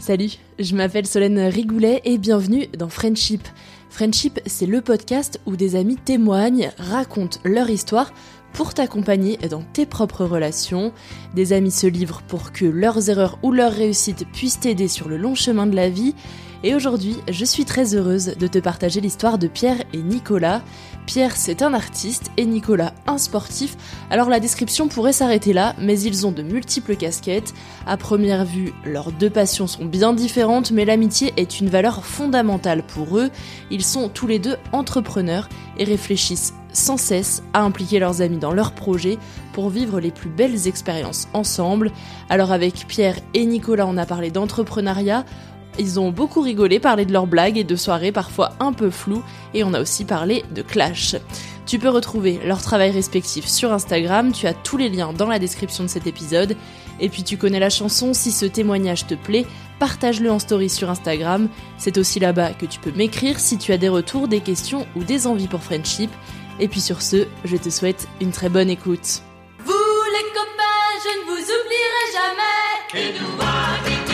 Salut, je m'appelle Solène Rigoulet et bienvenue dans Friendship. Friendship, c'est le podcast où des amis témoignent, racontent leur histoire pour t'accompagner dans tes propres relations. Des amis se livrent pour que leurs erreurs ou leurs réussites puissent t'aider sur le long chemin de la vie. Et aujourd'hui, je suis très heureuse de te partager l'histoire de Pierre et Nicolas. Pierre, c'est un artiste et Nicolas, un sportif. Alors la description pourrait s'arrêter là, mais ils ont de multiples casquettes. À première vue, leurs deux passions sont bien différentes, mais l'amitié est une valeur fondamentale pour eux. Ils sont tous les deux entrepreneurs et réfléchissent sans cesse à impliquer leurs amis dans leurs projets pour vivre les plus belles expériences ensemble. Alors avec Pierre et Nicolas, on a parlé d'entrepreneuriat, ils ont beaucoup rigolé, parlé de leurs blagues et de soirées parfois un peu floues, et on a aussi parlé de clash. Tu peux retrouver leur travail respectif sur Instagram, tu as tous les liens dans la description de cet épisode, et puis tu connais la chanson, si ce témoignage te plaît, partage-le en story sur Instagram, c'est aussi là-bas que tu peux m'écrire si tu as des retours, des questions ou des envies pour Friendship, et puis sur ce, je te souhaite une très bonne écoute. Vous les copains, je ne vous oublierai jamais.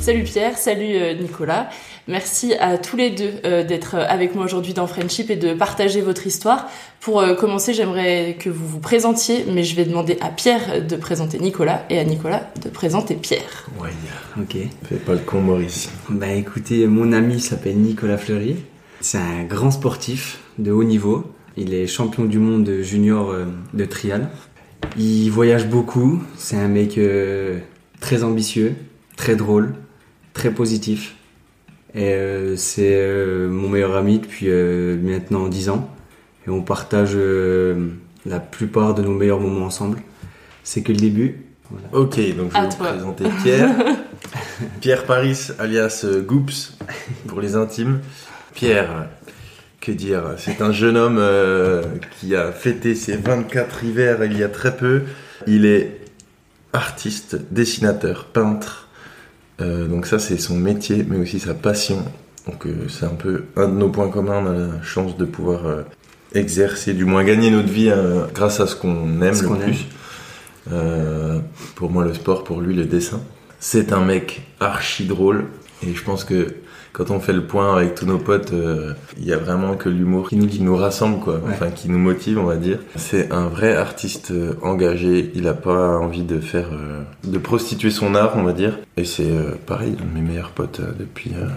Salut Pierre, salut euh, Nicolas. Merci à tous les deux euh, d'être euh, avec moi aujourd'hui dans Friendship et de partager votre histoire. Pour euh, commencer, j'aimerais que vous vous présentiez, mais je vais demander à Pierre de présenter Nicolas et à Nicolas de présenter Pierre. Ouais, ok. Fais pas le con, Maurice. Bah écoutez, mon ami s'appelle Nicolas Fleury. C'est un grand sportif de haut niveau. Il est champion du monde junior euh, de trial. Il voyage beaucoup. C'est un mec euh, très ambitieux, très drôle, très positif. Et euh, c'est euh, mon meilleur ami depuis euh, maintenant 10 ans. Et on partage euh, la plupart de nos meilleurs moments ensemble. C'est que le début. Voilà. Ok, donc je À vais vous toi. présenter Pierre. Pierre Paris, alias euh, Goops, pour les intimes. Pierre, que dire C'est un jeune homme euh, qui a fêté ses 24 hivers il y a très peu. Il est artiste, dessinateur, peintre. Euh, donc ça, c'est son métier, mais aussi sa passion. Donc euh, c'est un peu un de nos points communs. On a la chance de pouvoir euh, exercer, du moins gagner notre vie euh, grâce à ce qu'on aime Ce le qu'on aime. plus. Euh, pour moi, le sport, pour lui, le dessin. C'est un mec archi drôle. Et je pense que quand on fait le point avec tous nos potes, euh, il y a vraiment que l'humour qui nous, qui nous rassemble, quoi. Enfin, qui nous motive, on va dire. C'est un vrai artiste euh, engagé. Il a pas envie de faire, euh, de prostituer son art, on va dire. Et c'est euh, pareil, un de mes meilleurs potes euh, depuis euh,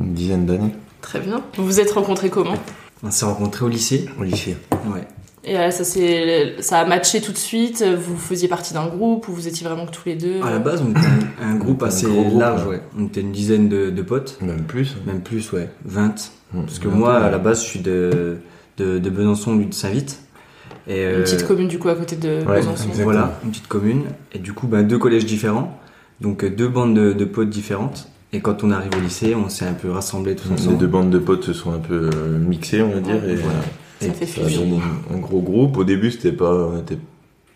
une dizaine d'années. Très bien. Vous vous êtes rencontrés comment On s'est rencontrés au lycée. Au lycée. Ouais. Et euh, ça, s'est- ça a matché tout de suite Vous faisiez partie d'un groupe ou vous étiez vraiment que tous les deux À la base, on était un, un groupe Un assez gros groupe, large, ouais. ouais. On était une dizaine de, de potes. Même plus. Mmh. Même plus, ouais. 20. Parce que vingt, moi, ouais. à la base, je suis de, de, de Besançon, lui de Saint-Vite. Et, euh, Une petite commune du coup à côté de Ouais, Besançon. Voilà, une petite commune. Et du coup, bah, deux collèges différents. Donc, euh, deux bandes de, de potes différentes. Et quand on arrive au lycée, on s'est un peu rassemblés tous ensemble. Les deux bandes de potes se sont un peu euh, mixées, on va dire, et voilà. Ça Et fait a fusion. donné un gros groupe. Au début, c'était pas. On, était...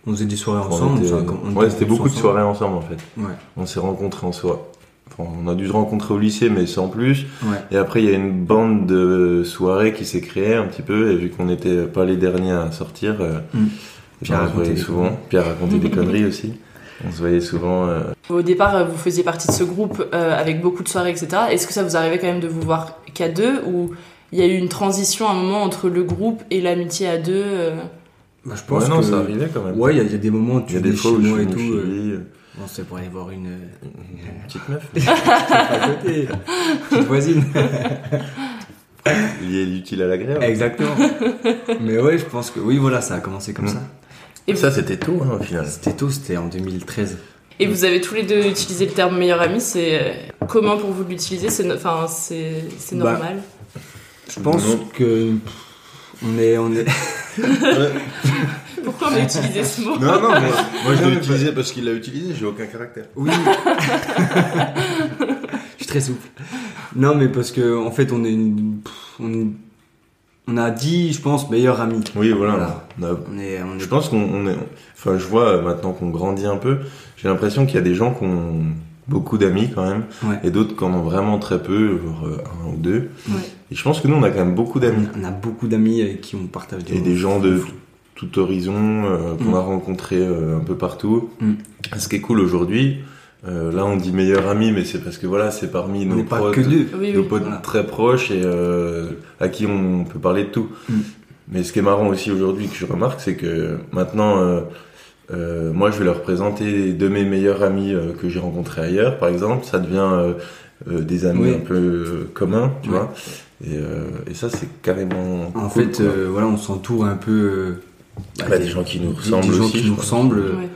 on faisait des soirées On ensemble, était- on s'est- on était ouais, c'était tous beaucoup de ensemble. soirées ensemble en fait. Ouais. On s'est rencontrés en soirée. Enfin, on a dû se rencontrer au lycée, mais sans plus. Ouais. Et après, il y a une bande de soirées qui s'est créée un petit peu. Et vu qu'on n'était pas les derniers à sortir, euh, Mm. on Pierre se racontait voyait des souvent. conneries. Pierre racontait des conneries aussi. On se voyait souvent. euh, Au départ, euh, vous faisiez partie de ce groupe euh, avec beaucoup de soirées, etc. Est-ce que ça vous arrivait quand même de vous voir qu'à deux ou il y a eu une transition à un moment entre le groupe et l'amitié à deux euh Bah, je pense Ouais, non, que- ça arrivait quand même. Ouais, il y, a- il y a des moments où tu Il y a des venais fois chez où je moi et suis tout. venu chez lui, euh, euh, Bon, c'est pour aller voir une, euh, une petite meuf. Qui est à côté, petite voisine. Il est utile à la grève. Exactement. Mais ouais, je pense que oui, voilà, ça a commencé comme ça. Et Mm. ça, c'était tôt, hein, au final. C'était tôt, c'était en 2013. Et vous avez tous les deux utilisé le terme meilleur ami, c'est euh, commun pour vous de l'utiliser, c'est no- enfin, c'est c'est Bah, normal. Je pense Non. que on est, on est. Pourquoi on a utilisé ce mot Non, non, mais moi je Non, l'ai mais utilisé parce qu'il l'a utilisé, j'ai aucun caractère. Oui. je suis très souple. Non, mais parce que en fait, on est une, pff, on, est- on a dit, je pense, meilleur ami. Oui, voilà. Voilà. On a- On est, on est- Je pense qu'on on est. Enfin, je vois euh, maintenant qu'on grandit un peu, j'ai l'impression qu'il y a des gens qui ont beaucoup d'amis quand même, Ouais. et d'autres qui en ont vraiment très peu, genre euh, un ou deux. Ouais. Et je pense que nous, on a quand même beaucoup d'amis. on a beaucoup d'amis avec qui on partage des Et des gens de tout horizon euh, qu'on Mm. a rencontrés euh, un peu partout. Mm. Ce qui est cool aujourd'hui, euh, là on dit meilleur ami, mais c'est parce que voilà, c'est parmi On nos n'est pas potes, que deux. Oui, nos oui. potes Voilà. très proches et euh, à qui on peut parler de tout. Mm. Mais ce qui est marrant aussi aujourd'hui que je remarque, c'est que maintenant, euh, euh, moi je vais leur présenter de mes meilleurs amis euh, que j'ai rencontrés ailleurs, par exemple. Ça devient euh, euh, des amis Oui. un peu euh, communs, tu Ouais. vois. Et, euh, et ça, c'est carrément. En cool, fait, quoi. euh, voilà, on s'entoure un peu euh, Bah, des gens qui nous ressemblent des gens aussi, qui je nous pense. ressemblent, euh, Ouais.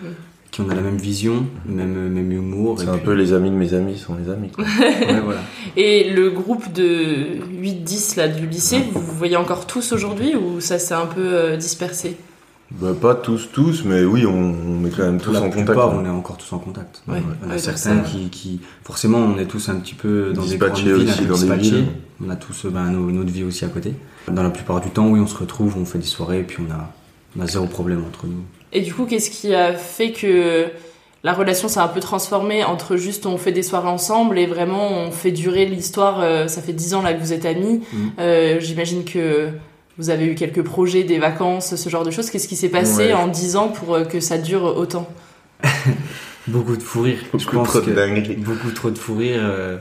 qui ont la même vision, le même euh, même humour. et C'est un puis- peu les amis de mes amis sont mes amis. quoi. Ouais, voilà. Et le groupe de 8-10 là du lycée, vous vous voyez encore tous aujourd'hui ou ça s'est un peu euh, dispersé bah, pas tous, tous, mais oui, on, on est quand même Pour tous la en contact. plupart, hein. on est encore tous en contact. Ouais. On a Ouais, donc certains ça- qui, qui- forcément, on est tous un petit peu dans des grandes Dispatchés villes, un aussi peu dans des dispatchés. villes. On a tous euh, ben, nos- notre vie aussi à côté. Dans la plupart du temps, oui, on se retrouve, on fait des soirées, et puis on a, on a zéro problème entre nous. Et du coup, qu'est-ce qui a fait que la relation s'est un peu transformée entre juste on fait des soirées ensemble et vraiment on fait durer l'histoire euh, Ça fait 10 ans là que vous êtes amis. Mhm. Euh, J'imagine que vous avez eu quelques projets, des vacances, ce genre de choses. Qu'est-ce qui s'est passé Ouais. en 10 ans pour euh, que ça dure autant Beaucoup de fou rire. je Beaucoup pense trop que de dingueries. beaucoup trop de fou rire. euh,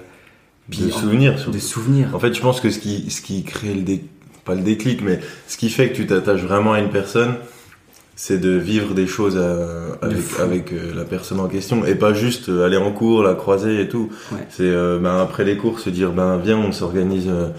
De souvenirs, surtout. Des souvenirs. En fait, je pense que ce qui, ce qui crée le dé- pas le déclic, mais ce qui fait que tu t'attaches vraiment à une personne, c'est de vivre des choses euh, avec, fou. avec euh, la personne en question et pas juste euh, aller en cours, la croiser et tout. Ouais. C'est euh, ben, après les cours se dire ben viens, on s'organise. euh,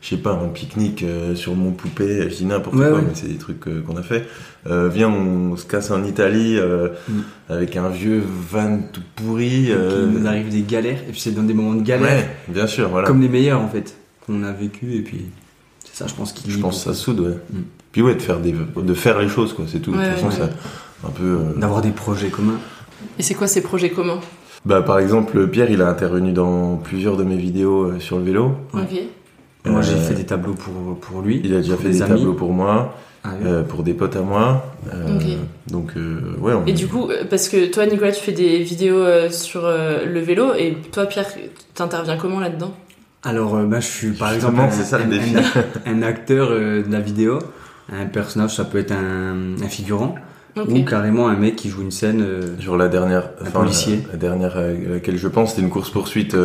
je sais pas, un pique-nique euh, sur mon poupée, je dis n'importe Ouais, quoi, ouais. mais c'est des trucs euh, qu'on a fait. Euh, viens, on se casse en Italie euh, Mm. avec un vieux van tout pourri. euh, Il nous arrive des galères, et puis c'est dans des moments de galère. ouais, bien sûr, voilà. comme les meilleurs en fait qu'on a vécu et puis c'est ça je pense qu'il Je pense que ça soude, ouais. Mm. Puis ouais, de faire, des, de faire les choses, quoi, c'est tout. Ouais, de toute façon, ouais. ça, un peu. euh, d'avoir des projets communs Et c'est quoi ces projets communs Bah, par exemple, Pierre, il a intervenu dans plusieurs de mes vidéos euh, sur le vélo. Ouais. Ok. moi j'ai Euh, fait des tableaux pour, pour lui Il a déjà pour fait des amis. tableaux pour moi, Ah, oui. euh, pour des potes à moi. euh, Ok. Donc, euh, ouais, on Et du coup, euh, parce que toi, Nicolas, tu fais des vidéos euh, sur euh, le vélo et toi, Pierre, t'interviens comment là-dedans alors euh, ben, je suis par Justement, exemple c'est ça, le un- défi. un- un acteur euh, de la vidéo un personnage ça peut être un, un figurant Ok. ou carrément un mec qui joue une scène euh, Genre la dernière, Un enfin, la- policier. la, dernière à laquelle je pense, c'était une course poursuite.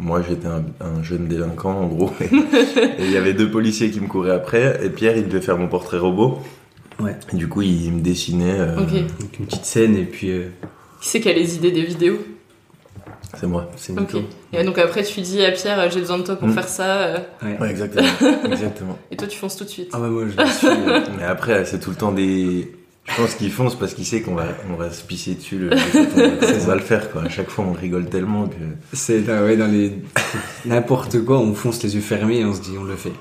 moi, j'étais un, un jeune délinquant en gros, et et il y avait deux policiers qui me couraient après. Et Pierre, il devait faire mon portrait robot. Ouais. Et du coup, il me dessinait. euh, Ok. donc une petite scène et puis euh, Qui c'est qui a les idées des vidéos C'est moi, c'est Ok. Nico. Et donc après, tu dis à Pierre, euh, j'ai besoin de toi pour Mm. faire ça. euh. Ouais. Ouais, exactement. Exactement. Et toi, tu fonces tout de Ah suite. bah moi je hein. Mais après, c'est tout le temps des. Je pense qu'ils foncent parce qu'ils savent qu'on va, on va se pisser dessus. Le... on va le faire quoi. À chaque fois, on rigole tellement que. C'est ah ouais, dans les n'importe quoi, on fonce les yeux fermés et on se dit on le fait.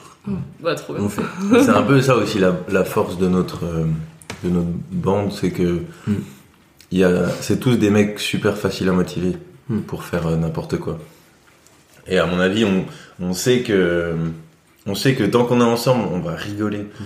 Bah, trop Mm. bien. On fait. C'est un peu ça aussi la, la force de notre, euh, de notre bande, c'est que Mm. il y a- c'est tous des mecs super faciles à motiver Mm. pour faire euh, n'importe quoi. Et à mon avis, on, on sait que on sait que tant qu'on est ensemble, on va rigoler Mm.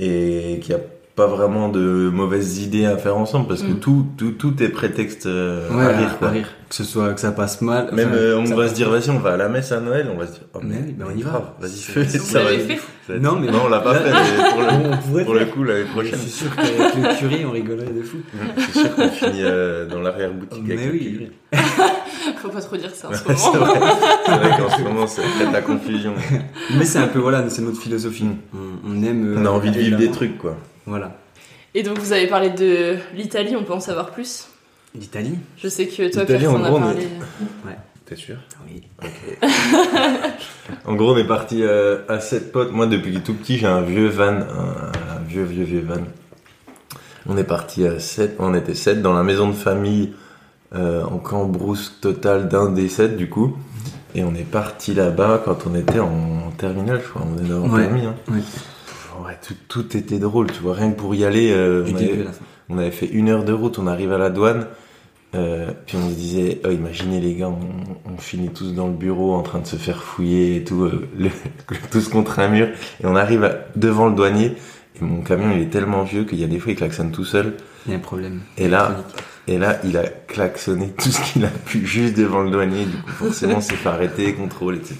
et qu'il n'y a pas vraiment de mauvaises idées à faire ensemble parce que Mm. tout, tout, tout est prétexte euh, Ouais, à à- rire. quoi. à rire. Que ce soit que ça passe mal. Même enfin, euh, on ça va passe se dire, mal. vas-y, on va à la messe à Noël, on va se dire, oh, Mais oui, ben, on y va. grave, vas-y, C'est- fais Vous ça. l'avez va- fait ça va- Non, mais- on l'a pas Là- fait, mais pour On pourrait le, pour le faire. coup, l'année Mais prochaine. C'est sûr qu'avec le curé, on rigolerait de fou. C'est sûr qu'on finit euh, dans l'arrière-boutique Mais avec oui. le curé. Faut pas trop dire ça en Ouais, ce c'est moment. vrai, c'est vrai qu'en ce moment, c'est peut-être la confusion. Mais c'est un peu voilà, c'est notre philosophie. On, on aime. Mm. On a envie de vivre des trucs quoi. Voilà. Et donc, vous avez parlé de l'Italie, on peut en savoir plus L'Italie. Je sais que toi, L'Italie, Pierre, en t'en as gros, on parlé. est- T'es sûr Ah Oui. En gros, on est parti euh, à sept potes. Moi, depuis tout petit, j'ai un vieux van, un, un vieux, vieux, vieux van. On est parti à 7, on était 7 dans la maison de famille euh, en cambrousse totale d'un des 7 du coup. Et on est parti là-bas quand on était en, terminale, je crois, on est en Ouais, permis. hein. Ouais, tout, tout était drôle, tu vois, rien que pour y aller, euh, Du on, début avait, à la fin. on avait fait une heure de route, on arrive à la douane, euh, puis on se disait, oh, imaginez les gars, on, on finit tous dans le bureau en train de se faire fouiller et tout, euh, le- tous contre un mur, et on arrive à- devant le douanier, et mon camion il est tellement vieux qu'il y a des fois il klaxonne tout seul. Il y a un problème. Et là, et là, il a klaxonné tout ce qu'il a pu juste devant le douanier. Du coup, forcément, c'est fait arrêter, contrôle, etc.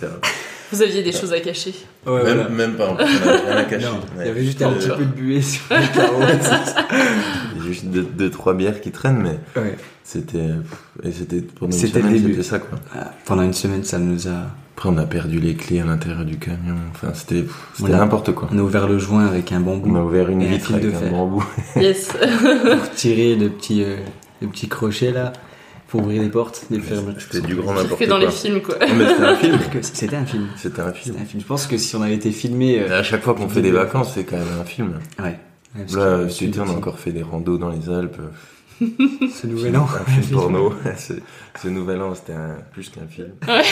Vous aviez des choses à cacher. Ouais, même, voilà. même pas, en plus, on avait rien à cacher. Non, il y Ouais. avait juste un Euh, petit peu de buée sur les carreaux. Il y a juste deux, deux, trois bières qui traînent, mais Ouais. c'était. Et c'était pendant une C'était le semaine, début. c'était ça, quoi. Ah, Pendant une semaine, ça nous a. Après, on a perdu les clés à l'intérieur du camion. Enfin, c'était pff, c'était Voilà. n'importe quoi. On a ouvert le joint avec un bambou. On a ouvert une et un vitre fil avec de un fer. bambou. Yes. pour tirer le petit, euh, le petit crochet là, pour ouvrir les portes, les fermer. C'était du grand Pire n'importe que quoi. dans les films, quoi. Non, mais c'était un film. Que C'était un film. C'était un film. C'était un film. Je pense que si on avait été filmé. euh, À chaque fois qu'on fait des vacances, c'est quand même un film. Ouais. Ouais, parce que- Là, cet été, on a encore fait des randos dans les Alpes. Ce nouvel an. Un film porno. ce, ce nouvel an, c'était un- plus qu'un film. Ouais.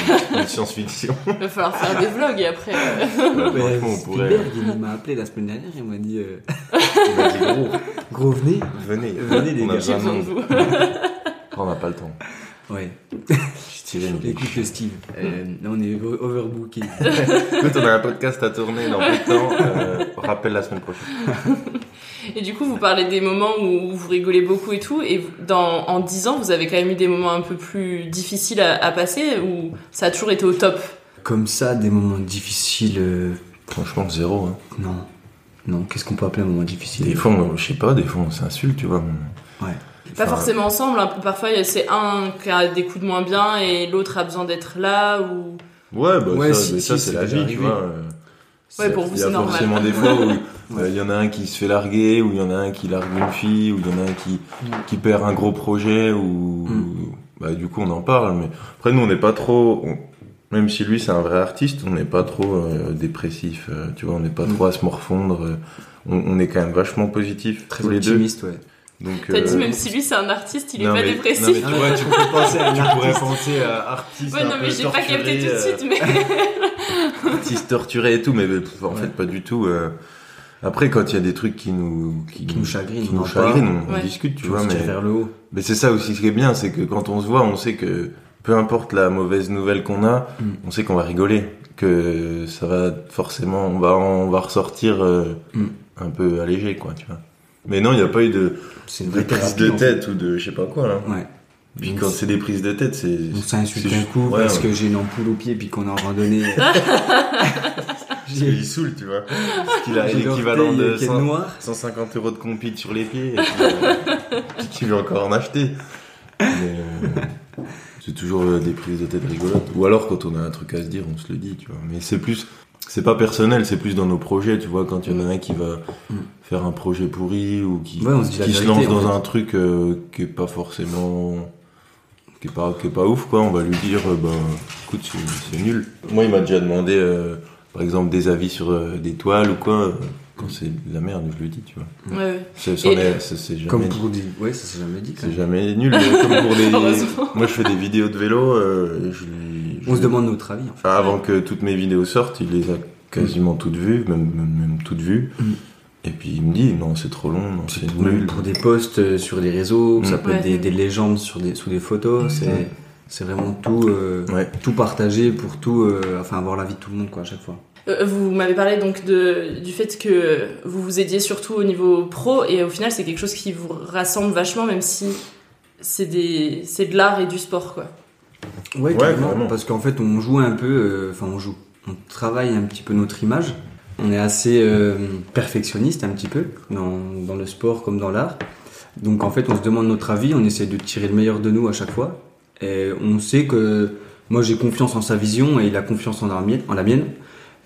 Une science-fiction. Il va falloir faire des vlogs et après. euh, Ouais, Mais franchement, on pourrait. Spielberg, il m'a appelé la semaine dernière, il m'a dit, euh, il m'a dit, gros, gros, venez. Venez, Venez, les on a gars. J'ai besoin besoin de de vous. Oh, on n'a pas le temps. Ouais. Steven, il est Écoute, Steve, euh, là on est o- overbooké. Écoute, on a un podcast à tourner dans peu de temps. Euh, rappelle la semaine prochaine. Et du coup, vous parlez des moments où vous rigolez beaucoup et tout. Et vous- dans, en 10 ans, vous avez quand même eu des moments un peu plus difficiles à, à passer ou ça a toujours été au top Comme ça, des moments difficiles. euh, Franchement, zéro. hein. Non. Non, qu'est-ce qu'on peut appeler un moment difficile Des fois, on, je sais pas, des fois, on s'insulte, tu vois. Ouais. Pas Enfin, forcément ensemble. hein. Parfois, c'est un qui a des coups de moins bien et l'autre a besoin d'être là ou. Ouais, bah, Ouais, ça, si, mais si, ça, c'est c'est la déjà vie, tu arrivé. vois. euh, Ouais, pour vous, Il y a c'est normal. forcément des fois où euh, il y en a un qui se fait larguer, ou il y en a un qui largue une fille, ou il y en a un qui, Mm. qui perd un gros projet, ou bah, du coup on en parle. Mais après nous on n'est pas trop, on- même si lui c'est un vrai artiste, on n'est pas trop euh, dépressif. euh, tu vois, on n'est Mm. pas trop à se morfondre. euh, on, on est quand même vachement positif Très tous les deux. optimiste, ouais. Donc T'as dit euh, même si lui c'est un artiste, il est non, pas mais- non, mais dépressif. tu Ah vois, tu pourrais penser à, tu pourrais penser à artiste. Ouais, un non, peu mais j'ai pas torturé, capté tout de euh, suite, mais. artiste torturé et tout, mais euh, en fait pas du tout. euh. Après, quand il y a des trucs qui nous qui, Qui nous chagrinent, qui on nous en chagrinent, parle. on, on Ouais. discute, tu Tu vois. vois, Mais, vers le haut. mais c'est ça aussi ce qui est bien, c'est que quand on se voit, on sait que peu importe la mauvaise nouvelle qu'on a, Mm. on sait qu'on va rigoler, que ça va forcément, on va on va ressortir euh, Mm. un peu allégé, quoi, tu vois. Mais non, il n'y a pas eu de, C'est une de vraie prise thérapie, de en fait. tête ou de je sais pas quoi là. Ouais. Puis Donc, quand c'est des prises de tête, c'est On s'insulte c'est un juste- coup ouais, parce ouais. que j'ai une ampoule au pied puis qu'on est en randonnée. Parce qu'il saoule, tu vois. Parce qu'il a J'ai l'équivalent l'orteil, de euh, qui est 100 noir. 150 euros de compite sur les pieds. Et puis, euh, puis qu'il veut encore en acheter. Mais, euh, c'est toujours euh, des prises de tête rigolotes. Ou alors, quand on a un truc à se dire, on se le dit, tu vois. Mais c'est plus. C'est pas personnel, c'est plus dans nos projets, tu vois. Quand il y en a un qui va faire un projet pourri ou qui, Mm. Ouais, on se dit la qui se vérité, lance dans en fait. un truc euh, qui est pas forcément qui est pas, qui est pas ouf, quoi. On va lui dire, euh, ben, écoute, c'est- c'est nul. Moi, il m'a déjà demandé, euh, par exemple, des avis sur euh, des toiles ou quoi. Quand c'est de la merde, je le dis, tu vois. Ouais, ouais. C'est- c'en Et- est- c'est- c'est jamais- Comme pour des. Ouais, ça s'est jamais dit. quand c'est même. jamais nul. mais comme pour les- Heureusement. Moi, je fais des vidéos de vélo. euh, je lui- je On se lui- demande notre avis. en fait. Enfin, avant que toutes mes vidéos sortent, il les a quasiment toutes vues, même, même, même toutes vues. Mm. Et puis il me dit, non, c'est trop long, non, c'est Pour, nul. pour des posts euh, sur les réseaux, ça Mm. peut être des, Ouais. des légendes sur des, sous des photos. Mm. C'est c'est vraiment tout, euh, Ouais. tout partagé pour tout. euh, enfin, avoir l'avis de tout le monde quoi, à chaque fois. Euh, Vous m'avez parlé donc de, du fait que vous vous aidiez surtout au niveau pro et au final c'est quelque chose qui vous rassemble vachement même si c'est des c'est de l'art et du sport quoi. Ouais, Ouais, carrément, carrément. parce qu'en fait, on joue un peu, euh, enfin, on joue, on travaille un petit peu notre image. On est assez euh, perfectionniste un petit peu dans, dans le sport comme dans l'art. Donc en fait, on se demande notre avis, on essaie de tirer le meilleur de nous à chaque fois. Et on sait que moi j'ai confiance en sa vision et il a confiance en la mienne. En la mienne.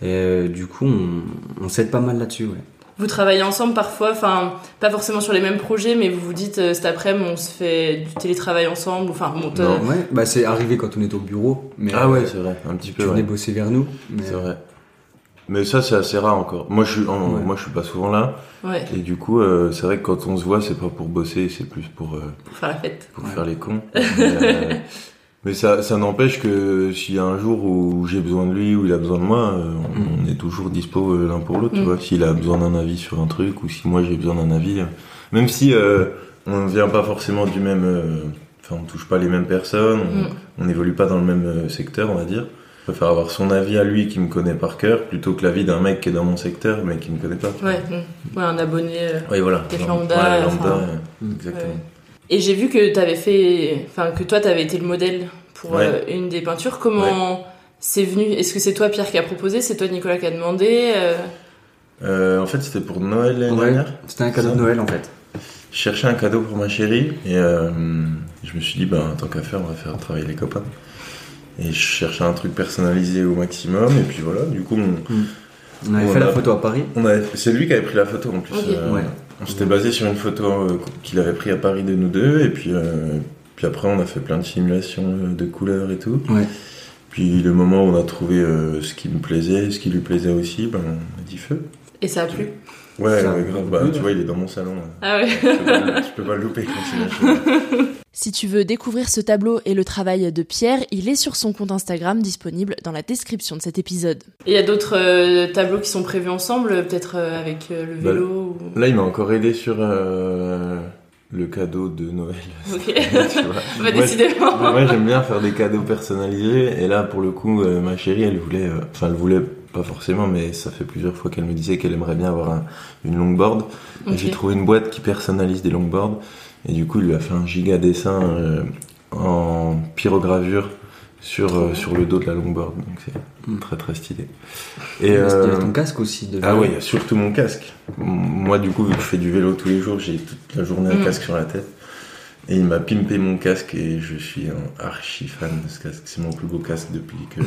Et euh, du coup, on, on s'aide pas mal là-dessus. Ouais. Vous travaillez ensemble parfois, enfin pas forcément sur les mêmes projets mais vous vous dites euh, cet après-midi on se fait du télétravail ensemble enfin bon, t'as- Non. Ouais, bah c'est arrivé quand on est au bureau. Mais Ah ouais, euh, c'est vrai, un petit tu peu. venais ouais. bosser vers nous. Mais C'est vrai. Mais ça, c'est assez rare encore. Moi, je suis, en- Ouais. moi, je suis pas souvent là. ouais Et du coup, euh, c'est vrai que quand on se voit, c'est pas pour bosser, c'est plus pour, euh, pour faire la fête. pour Ouais. faire les cons. Mais, euh, mais ça, ça n'empêche que s'il y a un jour où j'ai besoin de lui, où il a besoin de moi, euh, on, on est toujours dispo euh, l'un pour l'autre, tu Mm. vois. S'il a besoin d'un avis sur un truc, ou si moi j'ai besoin d'un avis. euh, même si euh, on ne vient pas forcément du même... euh, Enfin, on touche pas les mêmes personnes, on- Mm. on n'évolue pas dans le même euh, secteur, on va dire. Je préfère avoir son avis à lui qui me connaît par cœur, plutôt que l'avis d'un mec qui est dans mon secteur, mais qui me connaît pas. Ouais, mm. ouais un abonné. euh. Oui, voilà. Des Ouais, lambda, les lambda, enfin, euh, exactement. ouais. Et j'ai vu que t'avais fait, enfin que toi t'avais été le modèle pour Ouais. euh, une des peintures. Comment c'est venu Est-ce que c'est toi Pierre qui a proposé C'est toi Nicolas qui a demandé euh, Euh, en fait, c'était pour Noël l'année Ouais, dernière. c'était un cadeau Ça. de Noël en fait. Je cherchais un cadeau pour ma chérie et euh, je me suis dit, ben, tant qu'à faire, on va faire travailler les copains. Et je cherchais un truc personnalisé au maximum, et puis voilà, du coup, on, On avait On fait a- la photo à Paris. on avait- c'est lui qui avait pris la photo en plus. euh, Ok. Ouais. On s'était basé sur une photo euh, qu'il avait prise à Paris de nous deux, et puis, euh, puis après, on a fait plein de simulations euh, de couleurs et tout. Ouais. Puis le moment où on a trouvé euh, ce qui me plaisait, ce qui lui plaisait aussi, ben, on a dit feu. Et ça a plu Ouais, Ça, ouais, beaucoup grave. Bah, plus, tu ouais. vois, il est dans mon salon. là. Ah ouais. Je peux pas le- je peux pas le louper quand il est là. Si tu veux découvrir ce tableau et le travail de Pierre, il est sur son compte Instagram disponible dans la description de cet épisode. Et il y a d'autres euh, tableaux qui sont prévus ensemble, euh, peut-être euh, avec euh, le Bah, vélo. Là, il m'a encore aidé sur euh, le cadeau de Noël. Ou... Ok. tu vois. bah, Moi, décidément. Moi, j'aime bien faire des cadeaux personnalisés. Et là, pour le coup, euh, ma chérie, elle voulait. euh, Enfin, elle voulait pas forcément, mais ça fait plusieurs fois qu'elle me disait qu'elle aimerait bien avoir un- une longboard. Et Ok. J'ai trouvé une boîte qui personnalise des longboards. Et du coup, il lui a fait un giga dessin euh, en pyrogravure sur, euh, sur le dos de la longboard. Donc, c'est Mm. très très stylé. Il Et y avait euh, ton casque aussi. De Euh, ah ouais, il y a surtout mon casque. M- Moi, du coup, vu que je fais du vélo tous les jours, j'ai toute la journée un Mm. casque sur la tête. Et il m'a pimpé mon casque et je suis un archi fan de ce casque. C'est mon plus beau casque depuis que,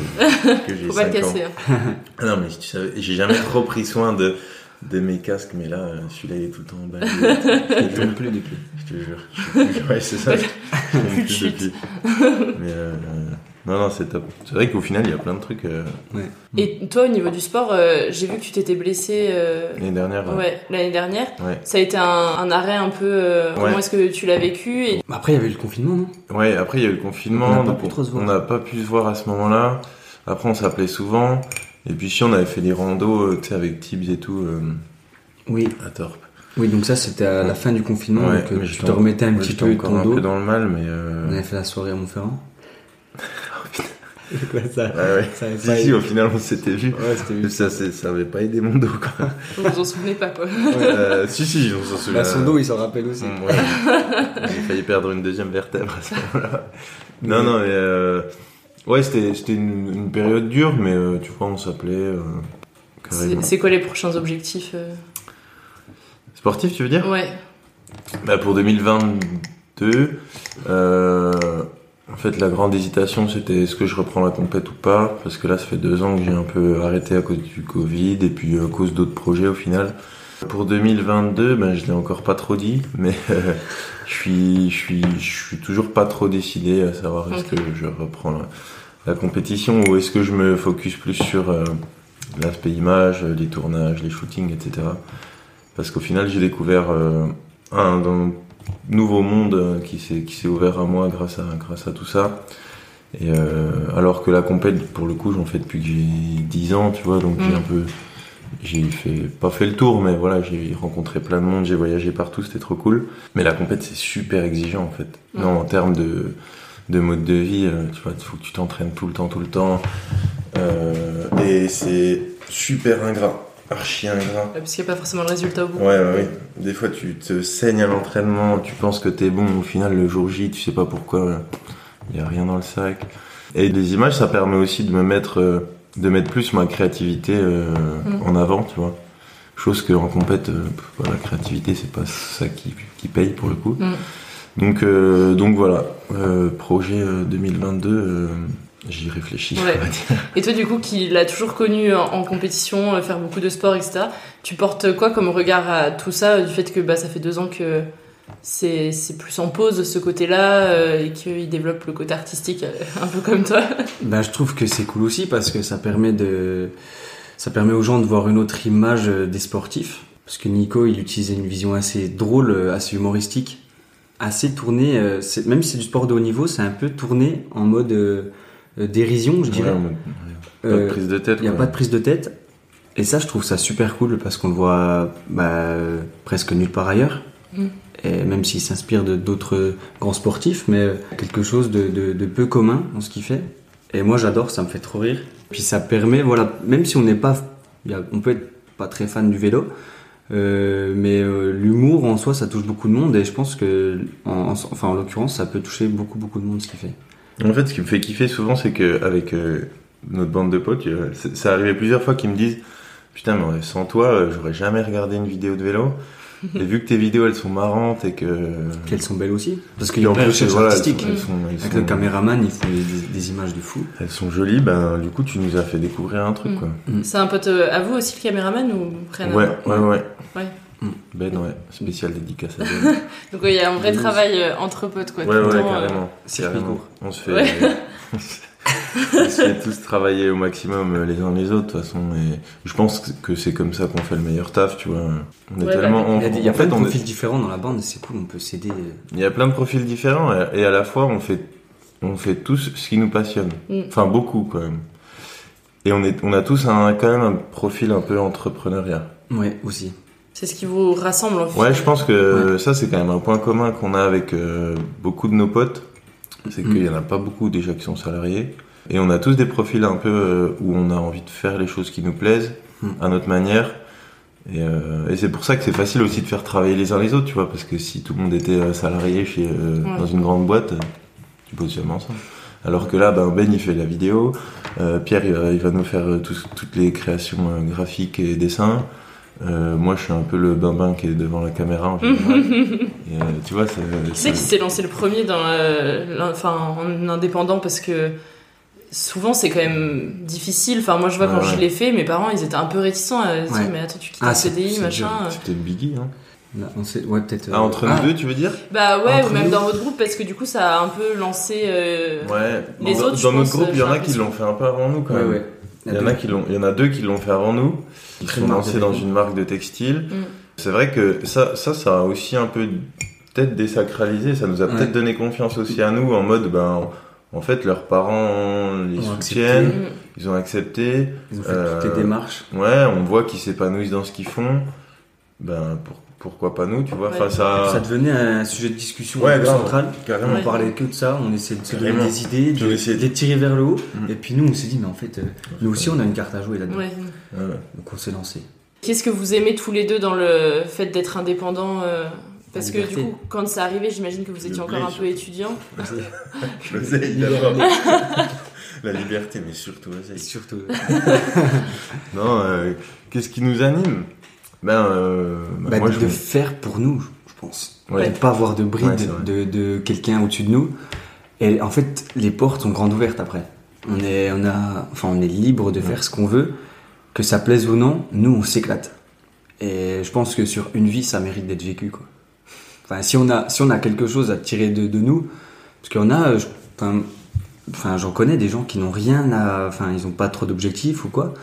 que j'ai Faut pas le 5 ans. casser. hein. Ah non, mais tu savais, j'ai jamais trop pris soin de, de mes casques, mais là, euh, celui-là, il est tout le temps emballé. Je te jure, plus depuis. je te jure. Je suis plus- Ouais, c'est ça. je- je Plus de plus chute. depuis. Mais euh, non, non, c'est top. C'est vrai qu'au final, il y a plein de trucs. euh, Et toi, au niveau du sport, euh, j'ai vu que tu t'étais blessé. euh, L'année dernière, euh, Ouais, l'année dernière. Ouais. Ça a été un, un arrêt un peu. euh, Comment Ouais. est-ce que tu l'as vécu et... Après, il y avait le confinement, non Ouais, après il y a eu le confinement, On n'a pas donc pu trop se voir. on n'a pas pu se voir à ce moment-là. Après on s'appelait souvent. Et puis si on avait fait des randos, euh, tu sais, avec Tibbs et tout, euh, Oui. à Torp. Oui, donc ça, c'était à la fin du confinement. donc, euh, tu te remettais un petit peu de encore ton un dos. peu dans le mal, mais... On Euh... avait fait la soirée à Montferrand. C'est quoi ça Ouais, ouais. Ça avait Si, pas si, aidé. au final on s'était vu. Ouais, c'était Mais Ça, c'est- ça avait pas aidé mon dos, quoi. Vous vous en souvenez pas, quoi. Euh, si, si, on s'en souvient. Bah, son dos, il s'en rappelle aussi. Mm, ouais. J'ai failli perdre une deuxième vertèbre à ce moment-là. Non, non, mais euh, ouais, c'était c'était une, une période dure, mais euh, tu vois, on s'appelait euh, C'est carrément. c'est quoi les prochains objectifs euh Sportif, tu veux dire Ouais. bah, Pour 2022, euh, en fait, la grande hésitation, c'était est-ce que je reprends la compète ou pas Parce que là, ça fait deux ans que j'ai un peu arrêté à cause du Covid et puis euh, à cause d'autres projets au final. Pour 2022, ben, je l'ai encore pas trop dit, mais euh, je, suis, je, suis, je suis toujours pas trop décidé à savoir est-ce que je reprends la, la compétition ou est-ce que je me focus plus sur euh, l'aspect image, les tournages, les shootings, etc. Parce qu'au final, j'ai découvert euh, un, un nouveau monde euh, qui s'est qui s'est ouvert à moi grâce à, grâce à tout ça. Et euh, alors que la compète, pour le coup, j'en fais depuis que j'ai 10 ans, tu vois, donc j'ai Mm. un peu. J'ai fait, pas fait le tour, mais voilà, j'ai rencontré plein de monde, j'ai voyagé partout, c'était trop cool. Mais la compète, c'est super exigeant en fait. Mm. Non, en termes de, de mode de vie, euh, tu vois, il faut que tu t'entraînes tout le temps, tout le temps. Euh, et c'est super ingrat, archi ingrat. Ouais, Parce qu'il n'y a pas forcément le résultat au bout. Ouais, ouais, ouais. Des fois, tu te saignes à l'entraînement, tu penses que t'es bon, au final, le jour J, tu sais pas pourquoi, il y a rien dans le sac. Et les images, ça permet aussi de me mettre, euh, de mettre plus ma créativité euh, Mm. en avant, tu vois. Chose que en compète, euh, pff, bah, la créativité, c'est pas ça qui, qui paye pour le coup. Mm. Donc, euh, donc voilà, Euh, projet euh, 2022, euh, j'y réfléchis. Ouais. on va dire. Et toi, du coup, qui l'a toujours connu en, en compétition, euh, faire beaucoup de sport, etc., tu portes quoi comme regard à tout ça, euh, du fait que bah, ça fait deux ans que c'est c'est plus en pause ce côté-là euh, et qu'il développe le côté artistique euh, un peu comme toi Bah, je trouve que c'est cool aussi parce que ça permet de, ça permet aux gens de voir une autre image euh, des sportifs. Parce que Nico, il utilisait une vision assez drôle, euh, assez humoristique, assez tournée. euh, c'est- Même si c'est du sport de haut niveau, c'est un peu tourné en mode euh, euh, dérision, je Ouais, dirais. en mode- ouais. Pas de prise de tête, Il n'y a pas quoi. de prise de tête. Et ça, je trouve ça super cool parce qu'on le voit bah, euh, presque nulle part ailleurs. Mm. Et même s'il s'inspire de d'autres grands sportifs, mais quelque chose de, de- de peu commun dans ce qu'il fait. Et moi, j'adore, ça me fait trop rire. Puis ça permet, voilà, même si on n'est pas, y a- on peut être pas très fan du vélo, euh, mais euh, l'humour en soi, ça touche beaucoup de monde. Et je pense que, en, en- enfin, en l'occurrence, ça peut toucher beaucoup, beaucoup de monde ce qu'il fait. En fait, ce qui me fait kiffer souvent, c'est que avec euh, notre bande de potes, euh, c'est- ça arrivait plusieurs fois qu'ils me disent Putain, mais sans toi, euh, j'aurais jamais regardé une vidéo de vélo. Et vu que tes vidéos, elles sont marrantes et que. Qu'elles sont belles aussi. Parce qu'il qu'ils y a ont une vraie recherche artistique. Elles sont, elles Avec sont- le caméraman, il faut des, des images de fou. Elles sont jolies, ben du coup, tu nous as fait découvrir un Mm. truc, quoi. C'est un pote euh, à vous aussi, le caméraman, ou rien à Ouais, voir ouais, ouais. Ouais. Mm. Ben, ouais, spécial dédicace à Ben. Donc, ouais, il y a un vrai Bisous. travail euh, entre potes, quoi. Ouais, tout le ouais, temps, euh, carrément. circuit carrément. court. On se fait, Ouais. on se- on se fait tous travailler au maximum euh, les uns les autres, de toute façon. Et je pense que- que c'est comme ça qu'on fait le meilleur taf, tu vois. On est Ouais, bah, tellement. on- il y a, des- il y a en plein fait, de on est- profils différents dans la bande, c'est cool, on peut s'aider. il y a plein de profils différents et et à la fois on fait, on fait tous ce qui nous passionne. Mm. Enfin beaucoup quand même. Et on, est, on a tous un, quand même un profil un peu entrepreneuriat. Ouais, aussi. C'est ce qui vous rassemble, en fait. Ouais, je pense que ça c'est quand même un point commun qu'on a avec euh, beaucoup de nos potes. C'est qu'il y en a pas beaucoup déjà qui sont salariés. Et on a tous des profils un peu euh, où on a envie de faire les choses qui nous plaisent Mm. à notre manière. Et, euh, et c'est pour ça que c'est facile aussi de faire travailler les uns les autres, tu vois, parce que si tout le monde était euh, salarié chez, euh, Ouais. dans une grande boîte, euh, tu bosses jamais ensemble. Alors que là, ben, Ben il fait la vidéo, euh, Pierre il va, il va nous faire euh, tous- toutes les créations euh, graphiques et dessins. Euh, moi je suis un peu le bambin qui est devant la caméra en général. Et, euh, tu vois, c'est. Qui c'est qui s'est lancé le premier dans euh, l'in- enfin, en indépendant parce que souvent c'est quand même difficile. Enfin, moi je vois Ouais, quand ouais. je l'ai fait, mes parents ils étaient un peu réticents à se dire Ouais. mais attends tu quittes Ah, un c'est- CDI c'est machin. dur. C'est peut-être Biggie, hein Là, on sait- ouais, peut-être. euh, Ah, entre nous deux, tu veux dire Bah ouais, Entre ou même nous. dans votre groupe parce que du coup ça a un peu lancé euh, Ouais, les dans, autres. je dans notre pense, euh, groupe, il y en j'ai a qui l'ont fait un peu avant nous quand Ouais, même. ouais. Il y, en a qui l'ont- il y en a deux qui l'ont fait avant nous. Ils Très sont marre lancés de dans lui. une marque de textile. Mm. C'est vrai que ça, ça, ça a aussi un peu peut-être désacralisé. Ça nous a Ouais. peut-être donné confiance aussi à nous en mode, ben, en fait, leurs parents les Ont accepté. soutiennent, Mm. ils ont accepté. euh, Ils ont fait toutes les démarches. Ouais, on voit qu'ils s'épanouissent dans ce qu'ils font. Ben, pour- pourquoi pas nous, tu vois enfin, ça... Ça devenait un sujet de discussion euh, Ouais, un peu grave. central. Carrément. On parlait que de ça, on essayait de se donner Carrément. des idées, de, de les tirer vers le haut. Mm. Et puis nous, on s'est dit, mais en fait, euh, nous aussi, on a une carte à jouer là-dedans. Ouais. Donc on s'est lancé. Qu'est-ce que vous aimez tous les deux dans le fait d'être indépendant euh, Parce que du liberté. coup, quand ça arrivait, j'imagine que vous étiez encore un peu étudiant. Je le sais, d'abord. La liberté, mais surtout l'oseille. Surtout. non, euh, qu'est-ce qui nous anime Ben, euh, ben, Bah, moi, de je de me- faire pour nous, je pense. Ouais. De pas avoir de bride Ouais, c'est vrai. de, de quelqu'un au-dessus de nous. Et en fait, les portes sont grandes ouvertes après. On est, on a, enfin, on est libre de faire ce qu'on veut, que ça plaise ou non. Nous, on s'éclate. Et je pense que sur une vie, ça mérite d'être vécu. Quoi. Enfin, si on, a, si on a quelque chose à tirer de, de nous, parce qu'il y en a, je- enfin, enfin, j'en connais des gens qui n'ont rien à. Enfin, ils n'ont pas trop d'objectifs ou quoi.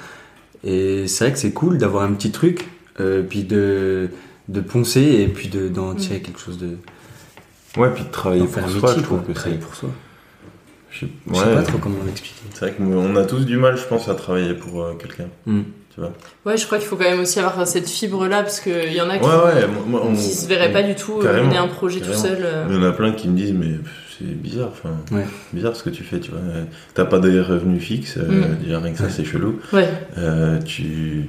Et c'est vrai que c'est cool d'avoir un petit truc, euh, puis de, de poncer et puis de- d'en tirer quelque chose de. Ouais, puis de travailler d'en pour faire un soi, métier, je trouve quoi, que travailler c'est- pour soi. Je sais, Je sais pas trop comment l'expliquer. C'est vrai qu'on a tous du mal, je pense, à travailler pour euh, quelqu'un. Mm. Tu vois Ouais, je crois qu'il faut quand même aussi avoir cette fibre là parce qu'il y en a qui, Ouais, ouais, moi- moi, on- Ah, qui se verraient pas du tout euh, Carrément, mener un projet tout carrément. seul. euh. Il y en a plein qui me disent, mais pff, c'est bizarre, enfin, Ouais. bizarre ce que tu fais, tu vois. Euh, T'as pas des revenus fixes, euh, Mm. déjà rien que ça, c'est chelou. Ouais. Euh, tu.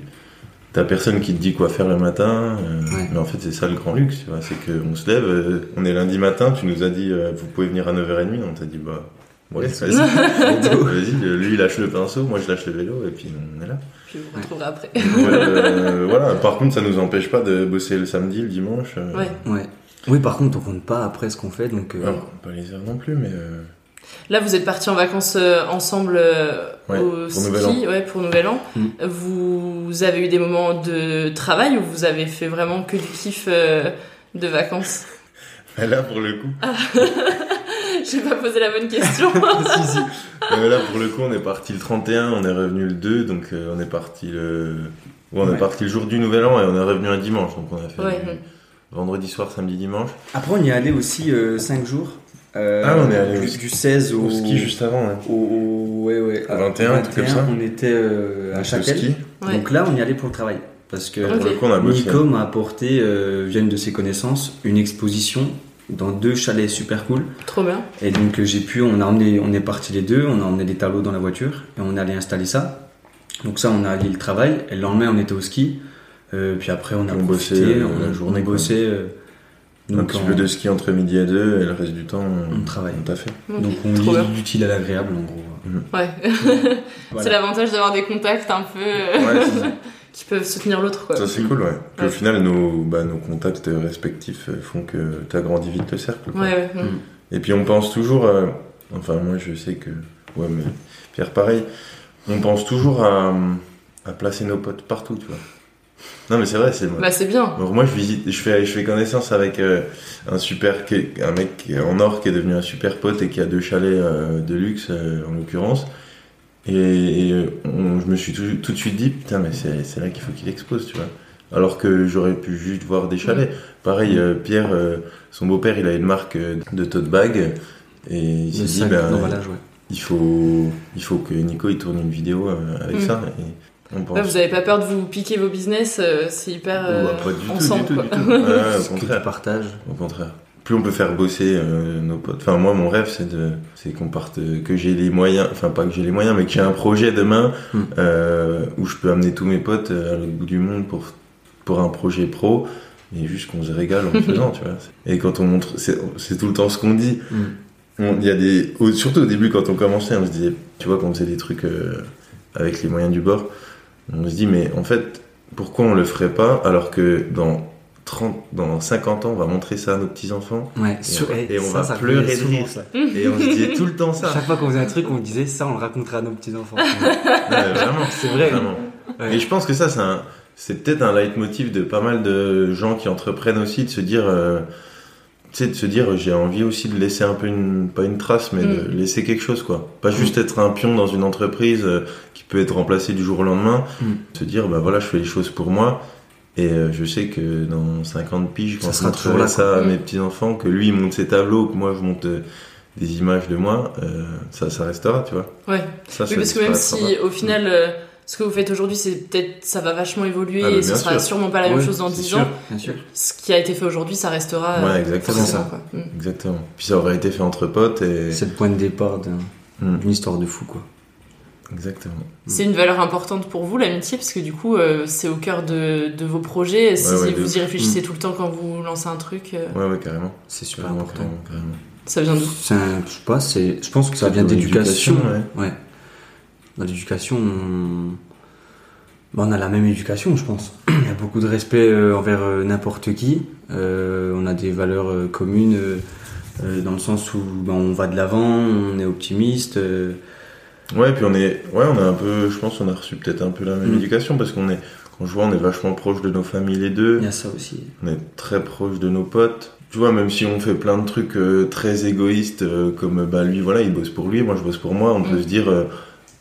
T'as personne qui te dit quoi faire le matin, euh, mais en fait c'est ça le grand luxe, tu vois, c'est qu'on se lève, euh, on est lundi matin, tu nous as dit euh, vous pouvez venir à 9h30, on t'a dit bah ouais, Let's go. vas-y, vas-y, euh, lui il lâche le pinceau, moi je lâche le vélo et puis on est là. Puis vous vous retrouverez après. Euh, voilà, par contre, ça nous empêche pas de bosser le samedi, le dimanche. euh, Ouais. Ouais. Oui, par contre, on compte pas après ce qu'on fait, donc. euh, Ouais, on compte pas les heures non plus, mais. euh, Là, vous êtes partis en vacances euh, ensemble euh, Ouais, au pour ski, Nouvel An. ouais, pour Nouvel An. Mm. Vous avez eu des moments de travail où vous avez fait vraiment que du kiff euh, de vacances mais Là, pour le coup, J'ai pas posé la bonne question. mais Euh, là, pour le coup, on est parti le 31, on est revenu le 2, donc euh, on est parti le. ouais, on est Ouais. parti le jour du Nouvel An et on est revenu un dimanche, donc on a fait Ouais, du ouais. vendredi soir, samedi, dimanche. Après, on y est allé aussi 5 jours. Euh, Ah, on est allé au du, ski- du 16 au, au ski juste avant, ouais. Au, au- ouais, ouais, Au à- 21, un truc comme ça. On était euh, à Donc, Châtel. au ski. Ouais. Donc là, on y allait pour le travail. Parce que Ah, pour le coup, on a bossé. Nico m'a apporté, euh, via une de ses connaissances, une exposition dans deux chalets super cool. Trop bien. Et donc euh, j'ai pu, on a emmené, on est parti les deux, on a emmené des tableaux dans la voiture et on est allé installer ça. Donc ça, on a allé le travail. Et le lendemain, on était au ski. Euh, puis après, on a On bossé, bossait, euh, on a la journée, on quoi. bossait, euh, un petit en- peu de ski entre midi et 2 et le reste du temps, on, travaille. On t'a fait. Ok, Donc on trop bien. lit l'utile à l'agréable en gros. Ouais. Voilà. C'est l'avantage d'avoir des contacts un peu euh, Ouais, c'est ça. qui peuvent soutenir l'autre. quoi. Ça c'est cool, ouais. Puis Ouais. Au final, nos, bah, nos contacts respectifs euh, font que tu agrandis vite le cercle. quoi. Ouais, ouais, ouais. Mm. Et puis on pense toujours, euh, enfin moi je sais que, ouais mais Pierre pareil, on pense toujours à, à placer nos potes partout, tu vois. Non mais c'est vrai, c'est Bah, c'est bien. Alors, moi je visite, je fais, je fais connaissance avec euh, un super, qui est- un mec qui est en or qui est devenu un super pote et qui a deux chalets euh, de luxe euh, en l'occurrence. Et, et on- je me suis tout, tout de suite dit, putain, mais c'est c'est là qu'il faut qu'il expose, tu vois. Alors que j'aurais pu juste voir des chalets. Pareil, euh, Pierre, euh, son beau-père, il a une marque euh, de tote bag. Et il s'est dit, sac ben, d'emballage, ouais. il, faut, il faut que Nico il tourne une vidéo euh, avec Mm. ça. Et on pense. Ouais, vous avez pas peur de vous piquer vos business, euh, c'est hyper euh, Ouais, pas du tout, ensemble. du tout, quoi. du tout. Ouais, ouais, euh, au Ce que tu contraire. partages. Au contraire. Plus on peut faire bosser euh, nos potes. Enfin, moi, mon rêve, c'est de, c'est qu'on parte, euh, que j'ai les moyens, enfin pas que j'ai les moyens, mais que j'ai un projet demain euh, où je peux amener tous mes potes euh, à l'autre bout du monde pour pour un projet pro et juste qu'on se régale en le faisant, tu vois. Et quand on montre, c'est c'est tout le temps ce qu'on dit. On- Il y a des, au- surtout au début quand on commençait, on se disait, tu vois, quand on faisait des trucs euh, avec les moyens du bord, on se dit, mais en fait, pourquoi on le ferait pas alors que dans 30, dans 50 ans, on va montrer ça à nos petits enfants Ouais, et, sur- on- eh, et on ça, va ça pleurer revenait de souvent, rire. ça. Et on se disait tout le temps ça. Chaque fois qu'on faisait un truc, on disait ça, on le racontera à nos petits-enfants. Non, mais vraiment, C'est vrai. Vraiment. Et je pense que ça, c'est un- c'est peut-être un leitmotiv de pas mal de gens qui entreprennent aussi de se dire, euh, tu sais, de se dire, j'ai envie aussi de laisser un peu une, pas une trace, mais de Mm. laisser quelque chose, quoi. Pas juste être un pion dans une entreprise euh, qui peut être remplacée du jour au lendemain. Mm. Se dire, bah voilà, je fais les choses pour moi. Et euh, je sais que dans 50 piges, quand Ça je sera toujours montrerai là, ça quoi. à Mm. mes petits-enfants, que lui il monte ses tableaux, que moi je monte euh, des images de moi, euh, ça, ça restera, tu vois. Ouais. Ah, Ça, oui, ça parce que même disparaîtra si pas. au final, euh, ce que vous faites aujourd'hui, c'est peut-être ça va vachement évoluer Ah, bah, et ce bien sera sûr. sûrement pas la même Ouais, chose dans c'est 10 sûr, ans. bien sûr. Ce qui a été fait aujourd'hui, ça restera. euh, Ouais, exactement. forcément, quoi. Mm. Exactement. Puis ça aurait été fait entre potes et. Hmm. C'est le point de départ d'un- d'une histoire de fou, quoi. Exactement. C'est une valeur importante pour vous, l'amitié, parce que du coup, euh, c'est au cœur de, de vos projets. Si Ouais, ouais, de vous ouf. y réfléchissez Mm. tout le temps quand vous lancez un truc, euh, Ouais, ouais, carrément. C'est super Carrément, important. carrément, carrément. ça vient d'où C'est un- je sais pas, c'est, je pense que ça C'est vient de d'éducation. l'éducation, Ouais. Dans l'éducation, on... bah, on a la même éducation, je pense. Il y a beaucoup de respect euh, envers euh, n'importe qui. Euh, on a des valeurs euh, communes euh, euh, dans le sens où bah, on va de l'avant, on est optimiste. euh, Ouais, puis on est. Ouais, on a un peu. Je pense qu'on a reçu peut-être un peu la même Mm. éducation parce qu'on est. on joue, on est vachement proche de nos familles les deux. Il y a ça aussi. On est très proche de nos potes. Tu vois, même si on fait plein de trucs euh, très égoïstes, euh, comme bah, lui, voilà, il bosse pour lui, moi je bosse pour moi, on peut se dire, euh,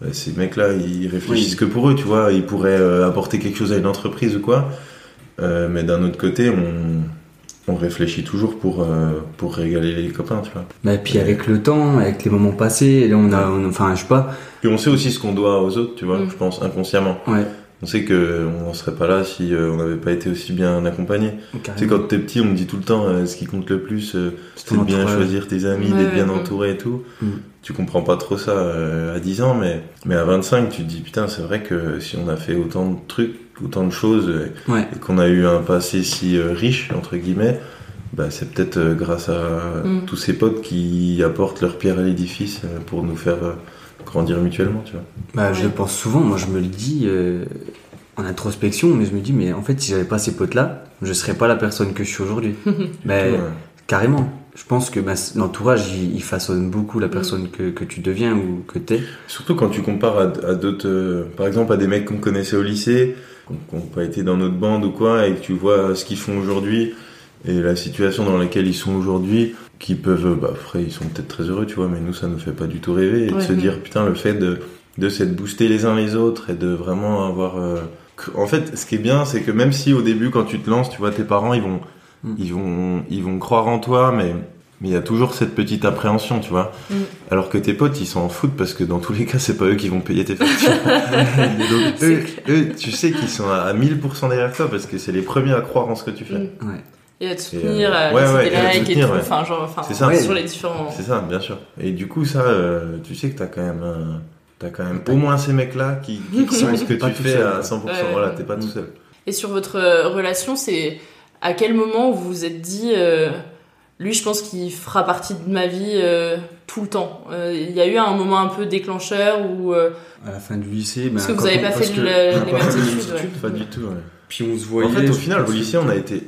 bah, ces mecs-là, ils réfléchissent Oui. que pour eux, tu vois, ils pourraient euh, apporter quelque chose à une entreprise ou quoi. Euh, mais d'un autre côté, on, on réfléchit toujours pour, euh, pour régaler les copains, tu vois. Bah, puis avec le temps, avec les moments passés, là, on a, on- enfin, je sais pas. Puis on sait aussi ce qu'on doit aux autres, tu vois, je pense, inconsciemment. Ouais. On sait que euh, on n'en serait pas là si euh, on n'avait pas été aussi bien accompagné. Tu sais, quand t'es petit, on me dit tout le temps euh, ce qui compte le plus, euh, c'est de ton bien entourage. choisir tes amis, Ouais, d'être bien ouais, ouais. entouré et tout. Mm. Tu comprends pas trop ça euh, à 10 ans, mais, mais à 25, tu te dis putain, c'est vrai que si on a fait autant de trucs, autant de choses, euh, Ouais. et qu'on a eu un passé si euh, riche, entre guillemets, bah, c'est peut-être euh, grâce à Mm. tous ces potes qui apportent leur pierre à l'édifice euh, pour nous faire euh, grandir mutuellement, tu vois. Bah, je le pense souvent, moi je me le dis euh, en introspection, mais je me dis, mais en fait, si j'avais pas ces potes-là, je serais pas la personne que je suis aujourd'hui. mais ouais. carrément, je pense que bah, c- l'entourage il, il façonne beaucoup la Mm. personne que, que tu deviens ou que t'es. Surtout quand tu compares à, à d'autres, euh, par exemple à des mecs qu'on connaissait au lycée, qu'on qu'on pas été dans notre bande ou quoi, et que tu vois euh, ce qu'ils font aujourd'hui et la situation dans laquelle ils sont aujourd'hui, qui peuvent, euh, bah après ils sont peut-être très heureux, tu vois, mais nous ça nous fait pas du tout rêver et de Ouais. se dire putain le fait de de s'être boosté les uns les autres et de vraiment avoir. euh, que- En fait, ce qui est bien, c'est que même si au début quand tu te lances, tu vois tes parents ils vont ils vont ils vont croire en toi, mais mais il y a toujours cette petite appréhension, tu vois. Mm. Alors que tes potes, ils s'en foutent parce que dans tous les cas, c'est pas eux qui vont payer tes factures. Et donc, eux, eux, tu sais qu'ils sont à- à 1000% derrière toi parce que c'est les premiers à croire en ce que tu fais. Et à te Et, euh, soutenir, à ouais, laisser ouais, des et à te likes et soutenir, tout, ouais. enfin, genre, enfin, C'est ça. sur les différents. C'est ça, bien sûr. Et du coup, ça, euh, tu sais que t'as quand même, euh, t'as quand même au moins ces mecs-là qui, qui croient en ce que Pas tu tout fais seul, à ouais. 100%. Ouais. Voilà, t'es pas tout seul. Et sur votre euh, relation, c'est à quel moment vous vous êtes dit, euh, lui, je pense qu'il fera partie de ma vie euh, tout le temps. Euh, Il y a eu un moment un peu déclencheur où euh, À la fin du lycée, ben, Parce que vous avez pas fait le- les mêmes études, ouais. Pas du tout. ouais. Puis on se voyait. En fait, au on se final, au consultait. lycée, on a été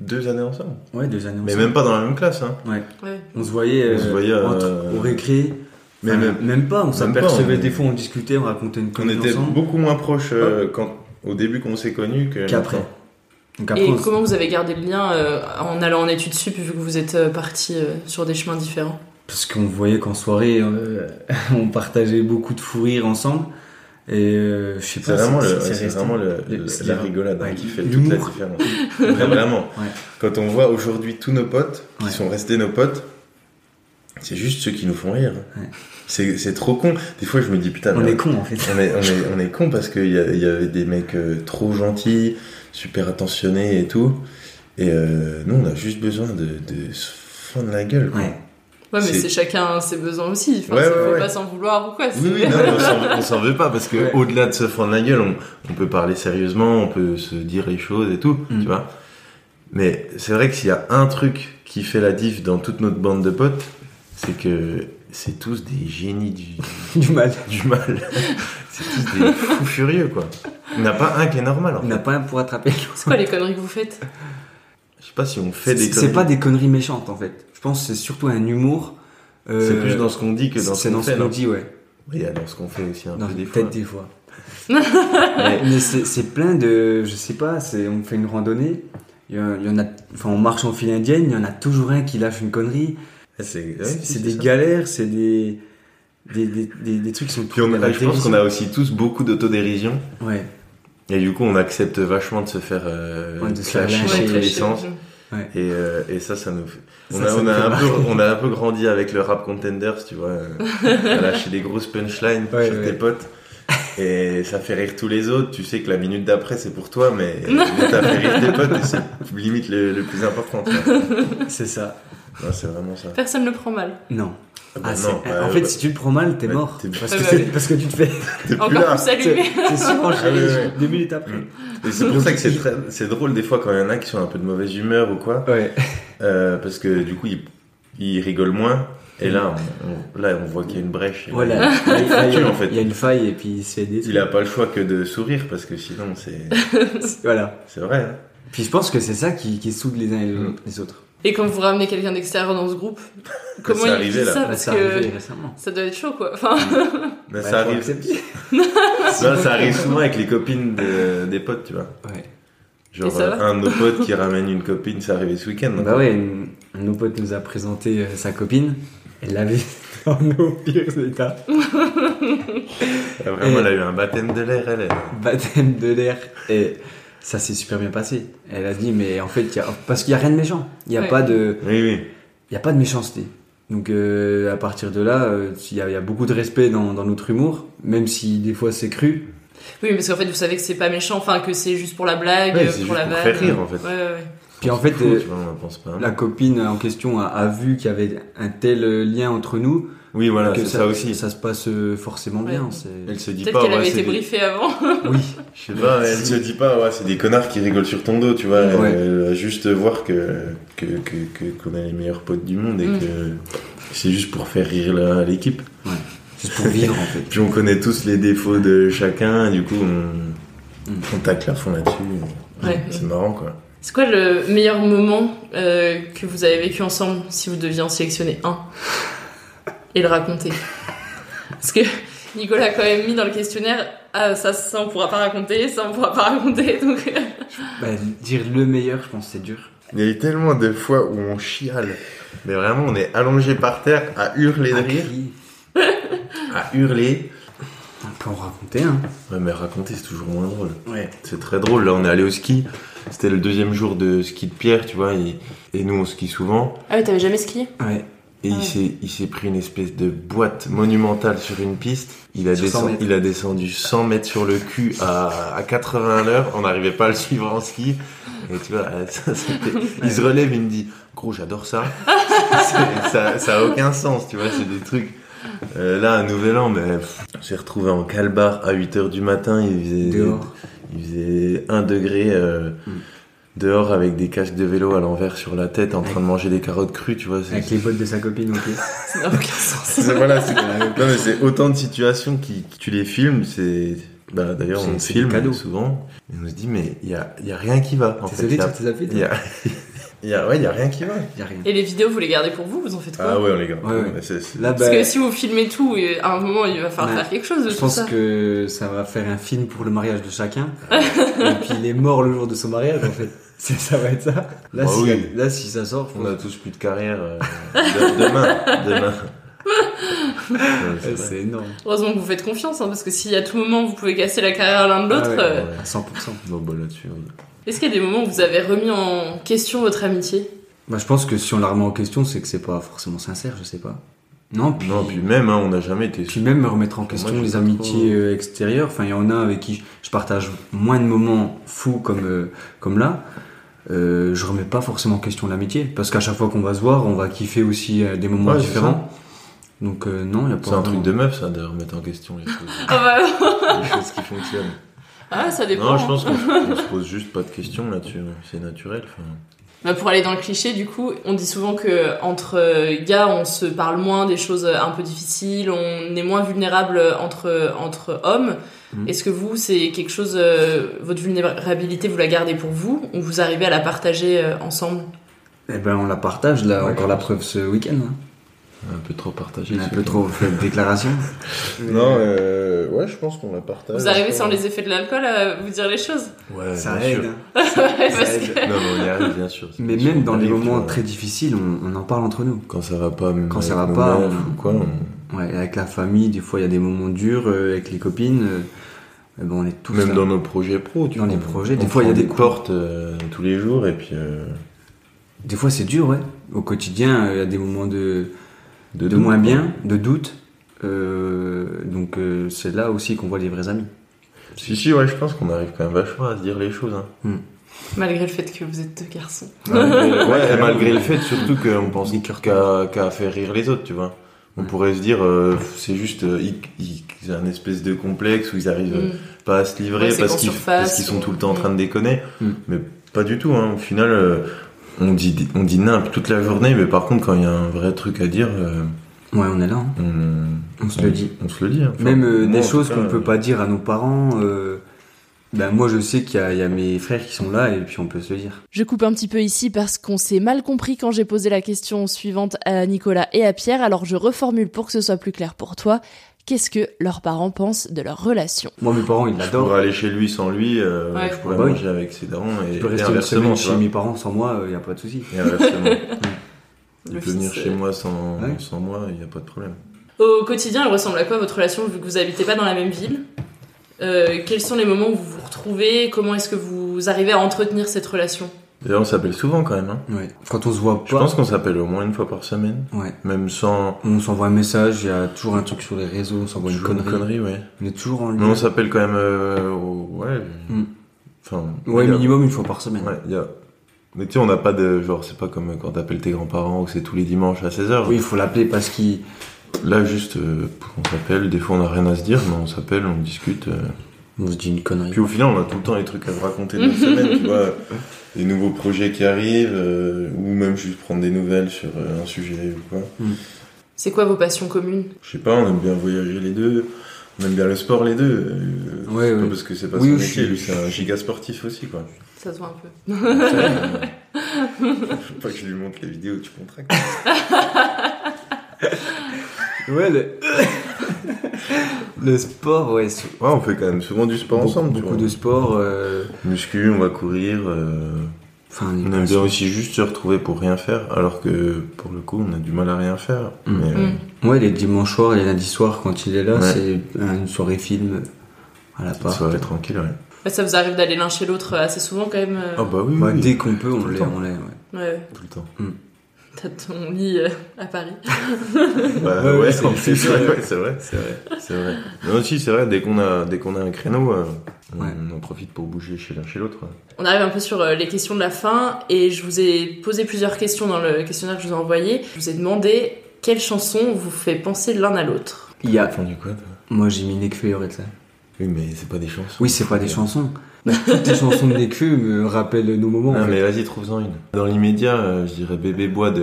deux années ensemble. Ouais, deux années Mais ensemble. même pas dans la même classe. Hein. Ouais. Ouais. On se voyait, On se voyait, euh, entre- au récré. mais Enfin, même- pas, on même pas, s'apercevait on- des fois, on discutait, on racontait une On connerie était ensemble. beaucoup moins proches euh, quand, au début qu'on s'est connus que Qu'après. maintenant. Donc et après, on s- comment vous avez gardé le lien euh, en allant en études sup vu que vous êtes parti sur des chemins différents. Parce qu'on voyait qu'en soirée, euh, on partageait beaucoup de fou rires ensemble. Et euh, je sais C'est pas vraiment, si- le, si c'est resté. vraiment le- Le- le- c'est la vraiment- rigolade hein, ouais, qui fait toute la l'humour. différence. Ouais, vraiment. Ouais. Quand on voit aujourd'hui tous nos potes qui Ouais. sont restés nos potes, c'est juste ceux qui nous font rire. C'est c'est trop con. Des fois, je me dis putain. On mais est cons, en fait. On est, on est, on est cons parce qu'il y, a- il y avait des mecs euh, trop gentils, super attentionnés et tout. Et euh, nous, on a juste besoin de, de se fendre la gueule. quoi. Ouais, mais C'est- c'est chacun ses besoins aussi. Enfin, Ouais, ça ouais, fait ouais. pas s'en vouloir ou quoi. Oui, c'est- oui, non, mais on s'en- on s'en veut pas parce que Ouais. au-delà de se fendre la gueule, on, on peut parler sérieusement, on peut se dire les choses et tout, Mm. tu vois. Mais c'est vrai que s'il y a un truc qui fait la diff dans toute notre bande de potes, c'est que c'est tous des génies du, du mal. Du mal. c'est tous des fous furieux, quoi. Il n'y en a pas un qui est normal. On n'a pas un pour attraper C'est quoi les conneries que vous faites Je sais pas si on fait C'est des c'est conneries. pas des conneries méchantes en fait. Je pense que c'est surtout un humour. euh, C'est plus dans ce qu'on dit que dans ce c'est qu'on dans fait, ce qu'on non dit, ouais. Il y a dans ce qu'on fait aussi un Dans- peu des fois. Peut-être des fois. mais mais c'est c'est plein de. Je sais pas, c'est- on fait une randonnée, il y, en il y en a. Enfin, on marche en file indienne, il y en a toujours un qui lâche une connerie. C'est c'est- si, c'est c'est des ça. galères, c'est des des, des, des- des trucs qui sont Puis on- à la je pense télévision. qu'on a aussi tous beaucoup d'autodérision. Ouais. Et du coup, on accepte vachement de se faire euh, Ouais, de se faire clasher lyncher. dans tous les Ouais, sens. Ouais. Et, euh, et ça, ça nous fait. On, Ça, a, ça on, nous a fait un peu, marrer. on a un peu grandi avec le rap contenders, tu vois. euh, à lâcher des grosses punchlines Ouais, sur ouais. tes potes. Et ça fait rire tous les autres. Tu sais que la minute d'après, c'est pour toi, mais, mais t'as fait rire tes potes et c'est limite le, le plus important. tu vois. C'est ça. Ouais, c'est vraiment ça. Personne ne le prend mal. Non. Ah bah Ah, c'est- non, en ouais, fait, bah- si tu le prends mal, t'es Ouais, mort. t'es- Parce, Ah que bah c'est- oui. parce que tu te fais. T'es plus Encore là. plus allumé. C'est sûr, Ah ouais, ouais. deux minutes après. Et c'est pour ça que c'est très- c'est drôle des fois quand il y en a qui sont un peu de mauvaise humeur ou quoi. Euh, parce que du coup, ils, ils rigolent moins. Et là, on, on- là, on voit qu'il y a une brèche. Et Voilà. là, il est Il y a une foutu, faille, en fait. Il y a une faille et puis il se fait des. Il a pas le choix que de sourire parce que sinon, c'est Voilà. c'est vrai. hein. Puis je pense que c'est ça qui, qui soude les uns et Mm. les autres. Et quand vous ramenez quelqu'un d'extérieur dans ce groupe, comment c'est il arrivé, vit là. ça Bah, Parce c'est que arrivé récemment. ça doit être chaud quoi. Enfin, Mais Bah, ça faut arrive. accepter. Non, ça arrive souvent avec les copines de- des potes, tu vois. Et Genre ça euh, va un de nos potes qui ramène une copine, ça arrivait ce week-end. Bah ouais, une- un de nos potes nous a présenté euh, sa copine. Elle l'avait dans nos pires états. Ah, Vraiment, Et- elle a eu un baptême de l'air, elle. elle. Baptême de l'air. Et ça s'est super bien passé. Elle a dit, mais en fait, il y a- parce qu'il n'y a rien de méchant. Il n'y a Ouais. pas de. oui. Il y a pas de méchanceté. Donc euh, à partir de là, euh, il y, a- il y a beaucoup de respect dans, dans notre humour, même si des fois c'est cru. Oui, parce qu'en fait, vous savez que c'est pas méchant, enfin que c'est juste pour la blague, Ouais, euh, c'est pour juste la pour vanne. faire rire, en fait. Ouais, ouais, ouais. Puis en fait, fou, euh, tu vois, on en pense pas. hein. la copine en question a, a vu qu'il y avait un tel euh, lien entre nous. Oui, voilà, que c'est ça aussi. Ça se passe euh, forcément bien. c'est- Elle se dit Peut-être pas, qu'elle ouais, avait c'est été des- briefée avant. Oui. Je sais pas, elle se dit pas, ouais, c'est des connards qui rigolent sur ton dos, tu vois. elle- Ouais. Elle va juste voir que que- que- que- qu'on a les meilleurs potes du monde et Mm. que c'est juste pour faire rire la- l'équipe. Juste pour vivre, en fait. Puis on connaît tous les défauts de chacun, du coup on, on tacle à fond là-dessus. Ouais. C'est marrant quoi. C'est quoi le meilleur moment euh, que vous avez vécu ensemble si vous deviez en sélectionner un et le raconter Parce que Nicolas a quand même mis dans le questionnaire ah, ça, ça on pourra pas raconter, ça on pourra pas raconter. Donc... Bah, dire le meilleur, je pense que c'est dur. Il y a eu tellement de fois où on chiale, mais vraiment on est allongé par terre à hurler de rire. À hurler. On peut en raconter, hein. Ouais, mais raconter c'est toujours moins drôle. Ouais. C'est très drôle. Là on est allé au ski, c'était le deuxième jour de ski de pierre, tu vois, et, et nous on skie souvent. Ah ouais, t'avais jamais skié Ouais. Et Ah ouais. il s'est- il s'est pris une espèce de boîte monumentale sur une piste. Il a, Sur 100 descendu, mètres. il a descendu 100 mètres sur le cul à, à 80 à l'heure. On n'arrivait pas à le suivre en ski. Et tu vois, ça, c'était- il se relève, il me dit Gros, j'adore ça. C'est- ça. Ça a aucun sens, tu vois, c'est des trucs. Euh, là, à Nouvel An, mais, pff, on s'est retrouvé en calbar à 8h du matin. Il faisait, Dehors. Mm. il faisait 1 degré euh, dehors avec des casques de vélo à l'envers sur la tête en train de manger des carottes crues, tu vois. c'est- Avec les bottes de sa copine, ok. Ça n'a aucun sens. c'est voilà, c'est- non, mais c'est autant de situations qui, qui- tu les filmes, c'est bah, d'ailleurs on C'est- c'est filme des cadeaux. souvent et on se dit mais il y a, il y a rien qui va en T'es fait. solide Il y a- sur tes appuis, toi il y a- il y a ouais, il y a rien qui va. Y a rien. Et les vidéos, vous les gardez pour vous Vous en faites quoi Ah ouais, les gars. Ouais, ouais. c'est- c'est- Là, Parce bah, que si vous filmez tout, et à un moment, il va falloir Ouais. faire quelque chose de je tout pense ça. que ça va faire un film pour le mariage de chacun. Et puis il est mort le jour de son mariage, en fait. Ça, ça va être ça. Là, Bah si, oui. là, si ça sort, je on pense- a tous plus de carrière euh, de- demain, demain. Ouais, Ouais, vrai. c'est énorme. Heureusement que vous faites confiance, hein, parce que si à tout moment vous pouvez casser la carrière l'un de Ah l'autre, ouais, euh, ouais, 100%. Bon bah là-dessus. oui. est-ce qu'il y a des moments où vous avez remis en question votre amitié Bah, je pense que si on la remet en question, c'est que c'est pas forcément sincère, je sais pas. Non, puis, Non puis même hein, on n'a jamais été. puis même remettre en question je sais les pas amitiés trop. euh, extérieures. Enfin, il y en a avec qui je partage moins de moments fous comme, euh, comme là. Euh, je remets pas forcément en question l'amitié. Parce qu'à chaque fois qu'on va se voir, on va kiffer aussi euh, des moments Ouais, c'est différents. Donc, euh, non, il y a pas. C'est un truc vraiment- de meuf ça de remettre en question les choses, Ah bah, les choses qui fonctionnent. Ah, ça dépend. Non, je hein. pense qu'on on se pose juste pas de questions là-dessus. hein. C'est naturel. enfin. Bah, pour aller dans le cliché, du coup, on dit souvent que entre euh, gars, on se parle moins des choses euh, un peu difficiles, on est moins vulnérable euh, entre euh, entre hommes. Mm. Mhm. Est-ce que vous, c'est quelque chose, euh, votre vulnérabilité, vous la gardez pour vous ou vous arrivez à la partager euh, ensemble Eh ben, on la partage, là, encore la preuve ce week-end. hein. Un peu trop partagé. On a un ce peu film. trop fait de déclarations. Non, euh, ouais, je pense qu'on la partage. Vous arrivez sans les effets de l'alcool à vous dire les choses Ouais, Ça bien aide. sûr. hein. Parce aide. que- Non, mais on y arrive, bien sûr. Mais Bien sûr, même on dans les arrive, tu moments vois. très difficiles, on, on en parle entre nous. Quand ça va pas, même Quand ça avec va nos pas, meufs on- ou quoi, on- Ouais, et avec la famille, des fois il y a des moments durs, euh, avec les copines, euh, eh ben, on est tous Même là. dans nos projets pro, tu Dans vois, les on- projets, des on fois, il y a prend des des coups. portes euh, tous les jours et puis euh, Des fois c'est dur, ouais. Au quotidien, euh, il y a des moments de, de, doute, moins quoi. bien, de doute. Euh, donc euh, c'est là aussi qu'on voit les vrais amis. Si, si, ouais, je pense qu'on arrive quand même vachement à se dire les choses. hein. Malgré le fait que vous êtes deux garçons. Malgré, ouais, et malgré le fait surtout qu'on pense qu'à qu'à faire rire les autres, tu vois. On pourrait se dire, euh, c'est juste, euh, ils, ils- ils ont un espèce de complexe où ils arrivent euh, Mm. pas à se livrer Ouais, c'est parce qu'en qu'ils surface, parce qu'ils sont ou- tout le temps en train Mm. de déconner. Mm. Mais pas du tout, hein. au final, euh, on dit, on dit nimp toute la journée, mais par contre, quand il y a un vrai truc à dire, euh, Ouais, on est là. hein. on, On se le dit. On se le dit. hein. Enfin, Même euh, moi, en des tout choses cas, qu'on euh, peut pas dire à nos parents. euh, ben, moi je sais qu'il y, a- il y a mes frères qui sont là et puis on peut se le dire. Je coupe un petit peu ici parce qu'on s'est mal compris quand j'ai posé la question suivante à Nicolas et à Pierre, alors je reformule pour que ce soit plus clair pour toi. qu'est-ce que leurs parents pensent de leur relation. Moi, mes parents, ils l'adorent. Je pourrais aller chez lui sans lui, euh, Ouais. je pourrais Bah oui. manger avec ses darons. Et, Je peux et rester une inversement, semaine tu chez vois. mes parents sans moi, il n'y a pas de souci. Et inversement. Il Le peut venir fils, chez euh, moi sans, Ouais. sans moi, il n'y a pas de problème. Au quotidien, elle ressemble à quoi votre relation vu que vous habitez pas dans la même ville Euh, Quels sont les moments où vous vous retrouvez Comment est-ce que vous arrivez à entretenir cette relation D'ailleurs, on s'appelle souvent quand même. hein. Ouais. Quand on se voit pas, Je pense qu'on s'appelle au moins une fois par semaine. Ouais. Même sans on s'envoie un message, il y a toujours un truc sur les réseaux, on s'envoie une toujours connerie. une connerie, ouais. On est toujours en Mais lien. on s'appelle quand même. euh, au- ouais. Mm. Enfin, Ouais, il y a- minimum une fois par semaine. Ouais, il y a- Mais tu sais, on n'a pas de. Genre, c'est pas comme quand t'appelles tes grands-parents ou que c'est tous les dimanches à 16h. Oui, il faut l'appeler parce qu'il. Là, juste, euh, on s'appelle. Des fois, on n'a rien à se dire, mais on s'appelle, on discute. euh. On se dit une connerie. Puis au final, on a tout le temps les trucs à se raconter dans la semaine, tu vois. Des nouveaux projets qui arrivent, euh, ou même juste prendre des nouvelles sur euh, un sujet ou quoi. C'est quoi vos passions communes Je sais pas, on aime bien voyager les deux. On aime bien le sport les deux. euh, Ouais, c'est pas ouais. parce que c'est pas Oui, son oui, métier, je- lui, c'est un giga sportif aussi, quoi. Ça se voit un peu. Faut pas que je lui montre les vidéos tu contractes. Ouais, le. le sport, ouais. sou- Ouais, on fait quand même souvent du sport ensemble, tu Beaucoup vois. de sport. euh, Muscu, on va courir. euh, Enfin, On aime bien aussi juste se retrouver pour rien faire, alors que pour le coup, on a du mal à rien faire. Mm. Mais, euh, Mm. Ouais, les dimanches soirs et les lundis soirs, quand il est là, Ouais. c'est une soirée film à la une part. soirée tranquille, ouais. Bah, ça vous arrive d'aller l'un chez l'autre assez souvent quand même euh, Ah bah oui, Ouais, oui, dès qu'on peut, on Tout le l'est, temps. on l'est. Ouais. ouais. tout le temps. T'as ton lit euh, à Paris. Bah Ouais, ouais, ouais, ouais, c'est- en plus, c'est ouais, vrai. ouais, c'est vrai. C'est vrai. C'est vrai. Mais aussi, c'est vrai, dès qu'on a, dès qu'on a un créneau, euh, on, Ouais. on en profite pour bouger chez l'un chez l'autre. ouais. On arrive un peu sur euh, les questions de la fin et je vous ai posé plusieurs questions dans le questionnaire que je vous ai envoyé. Je vous ai demandé quelle chanson vous fait penser l'un à l'autre. Il y a... Fond du quoi, toi Moi, j'ai mis Nekfeu et ça. Oui, mais c'est pas des chansons. Oui, c'est pas des chansons. Mais Toutes les chansons de Nekfeu me rappellent nos moments. en Ah, fait. mais vas-y, trouve-en une. Dans l'immédiat, euh, je dirais Bébé Bois de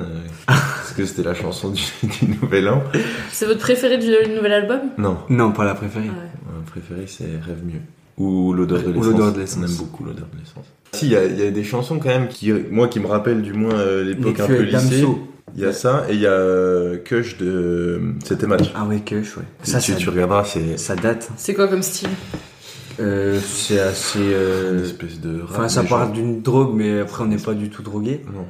euh, parce que c'était la chanson du, du Nouvel An. C'est votre préféré du du nouvel album Non, Non, pas la préférée. Ouais. mon préféré, c'est Rêve Mieux. Ou L'odeur de Ou l'essence. L'odeur de l'essence. On aime beaucoup l'odeur de l'essence. Si, il y, a- il y a des chansons quand même qui, moi, qui me rappellent du moins euh, l'époque un Nekfeu peu et lycée. Damso. Il y a ça, et il y a euh, Cush de... euh, C'était match. Ah ouais, que je, ouais. Ça, Ça, tu, ça, tu regarderas, c'est ça date. C'est quoi comme style Euh, c'est assez... une euh, espèce de. rap, Enfin, ça mais parle genre- d'une drogue, mais après, on n'est pas du tout drogué. Non.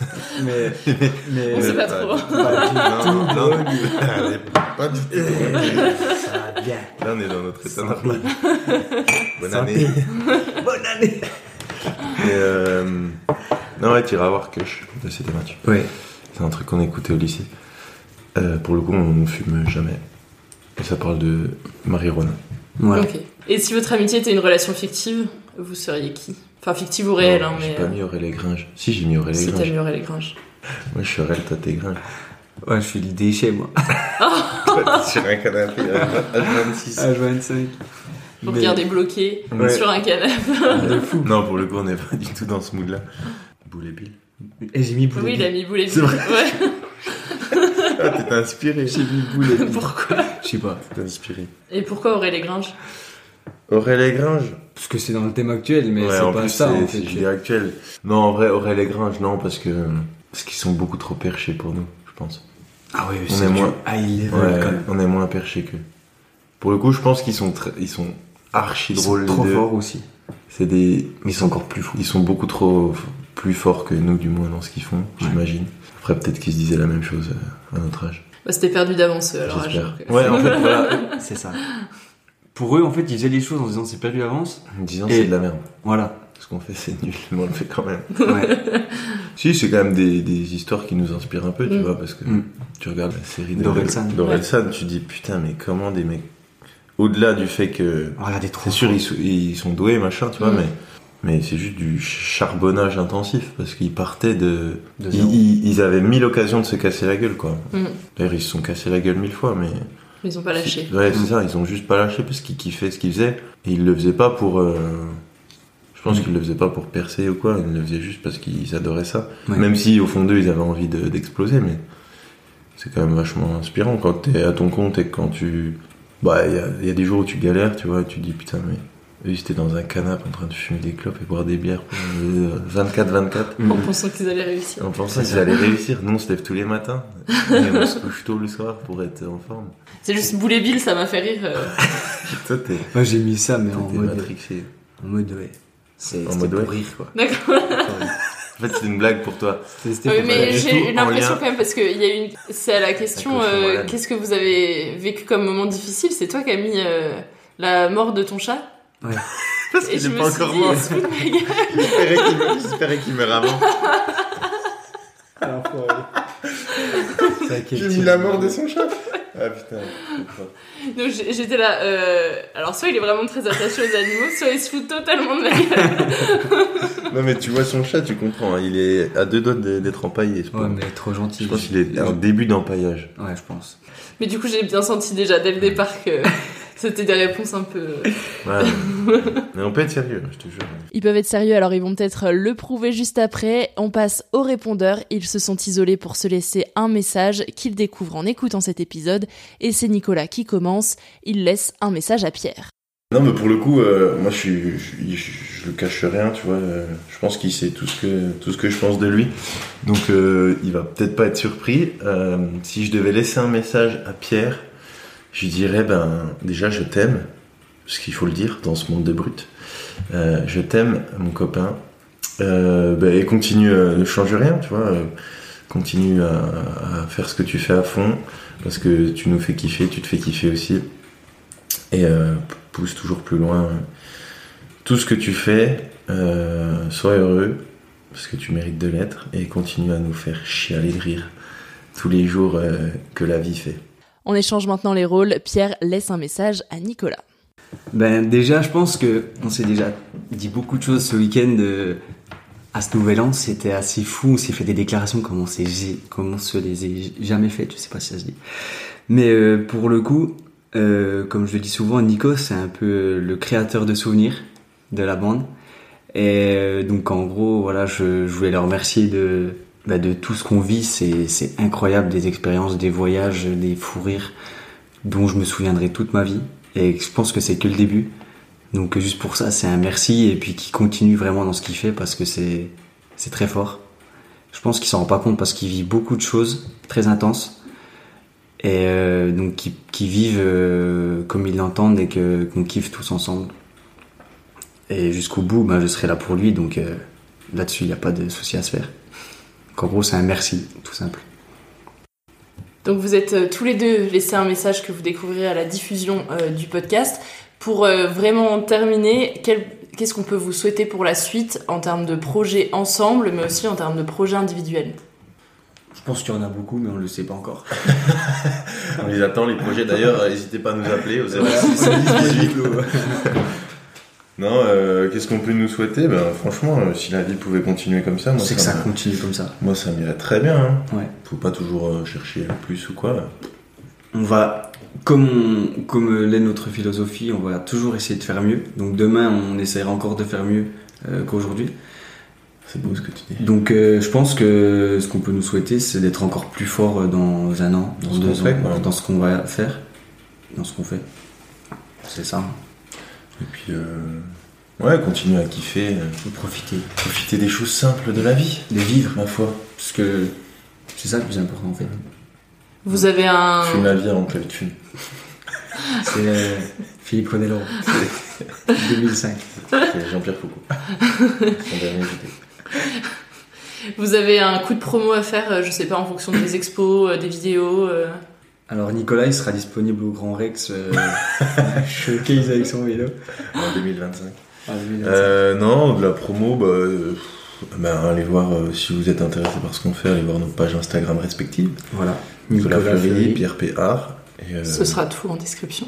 Mais... mais... Bah, On sait pas pas trop. pas Non, non, non, du tout on est pas du tout. drogué. Ça va bien. Là, on est dans notre état Santé. normal. Bonne Santé. année. Bonne année Et, euh, Non, ouais, t'iras voir Kush de CD Match. Ouais. C'est un truc qu'on écoutait au lycée. Euh, pour le coup, on ne fume jamais. Et ça parle de marijuana. Voilà. Ok. Et si votre amitié était une relation fictive, vous seriez qui Enfin, fictive ou réelle, hein, Non, J'ai mais. pas mis Aurélien Gringe. Si, j'ai mis Aurélien Si t'as Gringe. mieux les gringes. Moi, je suis Aurélien, toi, t'es Gringe. Ouais, je suis le déchet, moi. Toi, t'es sur un canapé à 26. À 25. Pour Mais- garder bloqué Ouais. sur un canapé. Non, pour le coup, on n'est pas du tout dans ce mood-là. Boule et pile. Et Eh, j'ai mis Oui, boulet. il a mis boulet. C'est vrai. Ouais. Ah, t'es inspiré. J'ai mis boulet. pourquoi Je sais pas. T'es inspiré. Et pourquoi aurait les gringes Aurélien Gringe Parce que c'est dans le thème actuel, mais Ouais, c'est en pas plus, ça, c'est- en C'est fait. Julien actuel. Non, en vrai, Aurélien et Gringe, non, parce que. Parce qu'ils sont beaucoup trop perchés pour nous, je pense. Ah oui, On est c'est du moins- high level, Ouais, quand même. on est moins perchés qu'eux. Pour le coup, je pense qu'ils sont, très- ils sont archi Ils drôles. sont trop les deux. forts aussi. C'est des. Mais ils sont encore plus fous. Ils sont beaucoup trop f- plus forts que nous, du moins, dans ce qu'ils font, j'imagine. Après, peut-être qu'ils se disaient la même chose euh, à notre âge. Bah, c'était perdu d'avance, euh, alors. à J'espère. jour, que- Ouais, en fait, voilà. C'est ça. Pour eux, en fait, ils faisaient les choses en se disant c'est perdu d'avance. En disant, Et- c'est de la merde. Voilà. Ce qu'on fait, c'est nul, mais on le fait quand même. Ouais. Si, c'est quand même des, des histoires qui nous inspirent un peu, tu Mm. vois, parce que Mm. tu regardes la série de- D'Orelsan. d'Orelsan, tu dis putain, mais comment des mecs. Au-delà du fait que. Voilà, des trop C'est sûr, forts. ils, sont- ils sont doués, machin, tu vois, Mm. mais. Mais c'est juste du charbonnage intensif, parce qu'ils partaient de. De ils, zéro. ils- ils avaient mille occasions de se casser la gueule, quoi. Mm. D'ailleurs, ils se sont cassés la gueule mille fois, mais. Ils ont pas lâché. Ouais, c'est Mm. ça, ils ont juste pas lâché parce qu'ils kiffaient ce qu'ils faisaient. Et ils le faisaient pas pour. euh, Je pense qu'ils le faisaient pas pour percer ou quoi, ils le faisaient juste parce qu'ils adoraient ça. Ouais. Même si au fond d'eux ils avaient envie de- d'exploser, mais c'est quand même vachement inspirant quand t'es à ton compte et que quand tu. Bah, il y a, il y a des jours où tu galères, tu vois, et tu te dis putain, mais Eux, ils étaient dans un canapé en train de fumer des clopes et boire des bières euh, pendant 24-24. Mm. En pensant qu'ils allaient réussir. En pensant qu'ils allaient réussir. Nous, on se lève tous les matins. Et on se couche tôt le soir pour être en forme. C'est juste Boulet Bill, ça m'a fait rire. euh. Toi, t'es Moi j'ai mis ça, mais en t'es euh, mode. matrixé. En mode ouais. C'est En c'était mode pour ouais. rire quoi. D'accord. En fait, c'est une blague pour toi. C'était Ah Oui, pour mais rire. du tout j'ai en l'impression lien. quand même parce que il y a une c'est à la question cochon euh, malade. qu'est-ce que vous avez vécu comme moment difficile c'est toi qui as mis euh, la mort de ton chat Ouais. Parce Et qu'il je est me pas suis encore dit, euh, mort. il se fout de ma gueule. J'espérais qu'il me- j'espérais qu'il meure avant. Ça, quel J'ai mis tir. la mort de son chat. Ah putain. Donc j'ai- j'étais là euh, alors soit il est vraiment très attaché aux animaux soit il se fout totalement de ma gueule. Non mais tu vois son chat, tu comprends. hein, Il est à deux doigts de- d'être empaillé. je pense. Ouais, mais trop gentil. Je pense qu'il est en début d'empaillage. Ouais, je pense. Mais du coup j'ai bien senti déjà dès le départ que c'était des réponses un peu Ouais. mais on peut être sérieux, hein, je te jure. Ils peuvent être sérieux, alors ils vont peut-être le prouver juste après. On passe aux répondeurs. Ils se sont isolés pour se laisser un message qu'ils découvrent en écoutant cet épisode. Et c'est Nicolas qui commence. Il laisse un message à Pierre. Non, mais pour le coup, euh, moi, je, suis, je, je- je le cache rien, tu vois. euh, je pense qu'il sait tout ce que tout ce que je pense de lui, donc euh, il va peut-être pas être surpris. Euh, si je devais laisser un message à Pierre, je lui dirais ben déjà je t'aime, ce qu'il faut le dire dans ce monde de brut. Euh, je t'aime, mon copain. Euh, ben, et continue, euh, ne change rien, tu vois. euh, continue à, à faire ce que tu fais à fond, parce que tu nous fais kiffer, tu te fais kiffer aussi et euh, pousse toujours plus loin tout ce que tu fais. euh, sois heureux parce que tu mérites de l'être et continue à nous faire chialer de rire tous les jours euh, que la vie fait. On échange maintenant les rôles. Pierre laisse un message à Nicolas. Ben déjà, je pense que on s'est déjà dit beaucoup de choses ce week-end. euh, à ce nouvel an, c'était assez fou. On s'est fait des déclarations comme on, s'est ja- comme on se les est jamais faites. Je sais pas si ça se dit. Mais euh, pour le coup, euh, comme je le dis souvent, Nico, c'est un peu euh, le créateur de souvenirs de la bande. Et euh, donc en gros, voilà, je, je voulais le remercier de, bah, de tout ce qu'on vit. C'est c'est incroyable, des expériences, des voyages, des fous rires dont je me souviendrai toute ma vie. Et je pense que c'est que le début. Donc euh, juste pour ça, c'est un merci et puis qui continue vraiment dans ce qu'il fait parce que c'est c'est très fort. Je pense qu'il s'en rend pas compte parce qu'il vit beaucoup de choses très intenses et euh, donc qui, qui vivent euh, comme ils l'entendent et que qu'on kiffe tous ensemble. Et jusqu'au bout, ben, je serai là pour lui, donc euh, là-dessus, il n'y a pas de souci à se faire. Donc en gros, c'est un merci, tout simple. Donc vous êtes euh, tous les deux laissé un message que vous découvrirez à la diffusion euh, du podcast. Pour euh, vraiment terminer, quel- qu'est-ce qu'on peut vous souhaiter pour la suite en termes de projets ensemble, mais aussi en termes de projets individuels Je pense qu'il y en a beaucoup, mais on ne le sait pas encore. On les attend les projets d'ailleurs, euh, n'hésitez pas à nous appeler au 06 18. Non, euh, qu'est-ce qu'on peut nous souhaiter ben, Franchement, euh, si la vie pouvait continuer comme ça, moi, C'est que ça me- continue comme ça. moi ça m'irait très bien. hein. Ouais. Faut pas toujours euh, chercher plus ou quoi. On va, comme, on- comme euh, l'est notre philosophie, on va toujours essayer de faire mieux. Donc demain, on essaiera encore de faire mieux euh, qu'aujourd'hui. C'est beau ce que tu dis. Donc euh, je pense que ce qu'on peut nous souhaiter, c'est d'être encore plus fort euh, dans un an, dans ce qu'on deux ans, fait, quoi. dans ce qu'on va faire, dans ce qu'on fait. C'est ça. Et puis, euh, ouais, continuer à kiffer, euh, Faut profiter, profiter des choses simples de la vie, de vivre, ma foi. parce que c'est ça le plus important en fait. Vous avez un... Fume la vie avant qu'elle tue. Ah. C'est euh, Philippe Conello, 2005. C'est Jean-Pierre Foucault. Son dernier vidéo. Vous avez un coup de promo à faire, euh, je sais pas, en fonction des expos, euh, des vidéos. euh. Alors Nicolas, il sera disponible au Grand Rex, euh, showcase avec son vélo. En 2025. Ah, lui, il a- Euh, non, de la promo, bah, euh, bah, allez voir euh, si vous êtes intéressé par ce qu'on fait, allez voir nos pages Instagram respectives. Voilà. Nicolas, Fleury, Fleury. Pierre P. Art. Et, euh, Ce sera tout en description.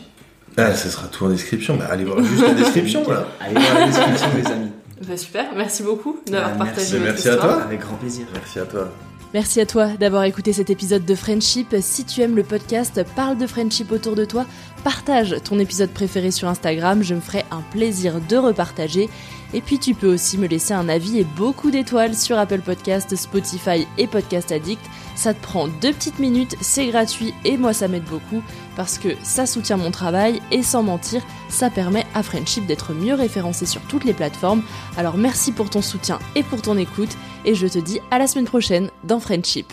Ah, ce sera tout en description. Bah, allez voir juste la description, voilà. Allez voir la description, les amis. Bah, super, merci beaucoup d'avoir Ah, partagé merci. votre euh, Merci à histoire. toi. Avec grand plaisir. Merci à toi. Merci à toi d'avoir écouté cet épisode de Friendship. Si tu aimes le podcast, parle de Friendship autour de toi, partage ton épisode préféré sur Instagram, je me ferai un plaisir de repartager. Et puis tu peux aussi me laisser un avis et beaucoup d'étoiles sur Apple Podcast, Spotify et Podcast Addict. Ça te prend deux petites minutes, c'est gratuit et moi ça m'aide beaucoup parce que ça soutient mon travail et sans mentir, ça permet à Friendship d'être mieux référencé sur toutes les plateformes. Alors merci pour ton soutien et pour ton écoute et je te dis à la semaine prochaine dans Friendship.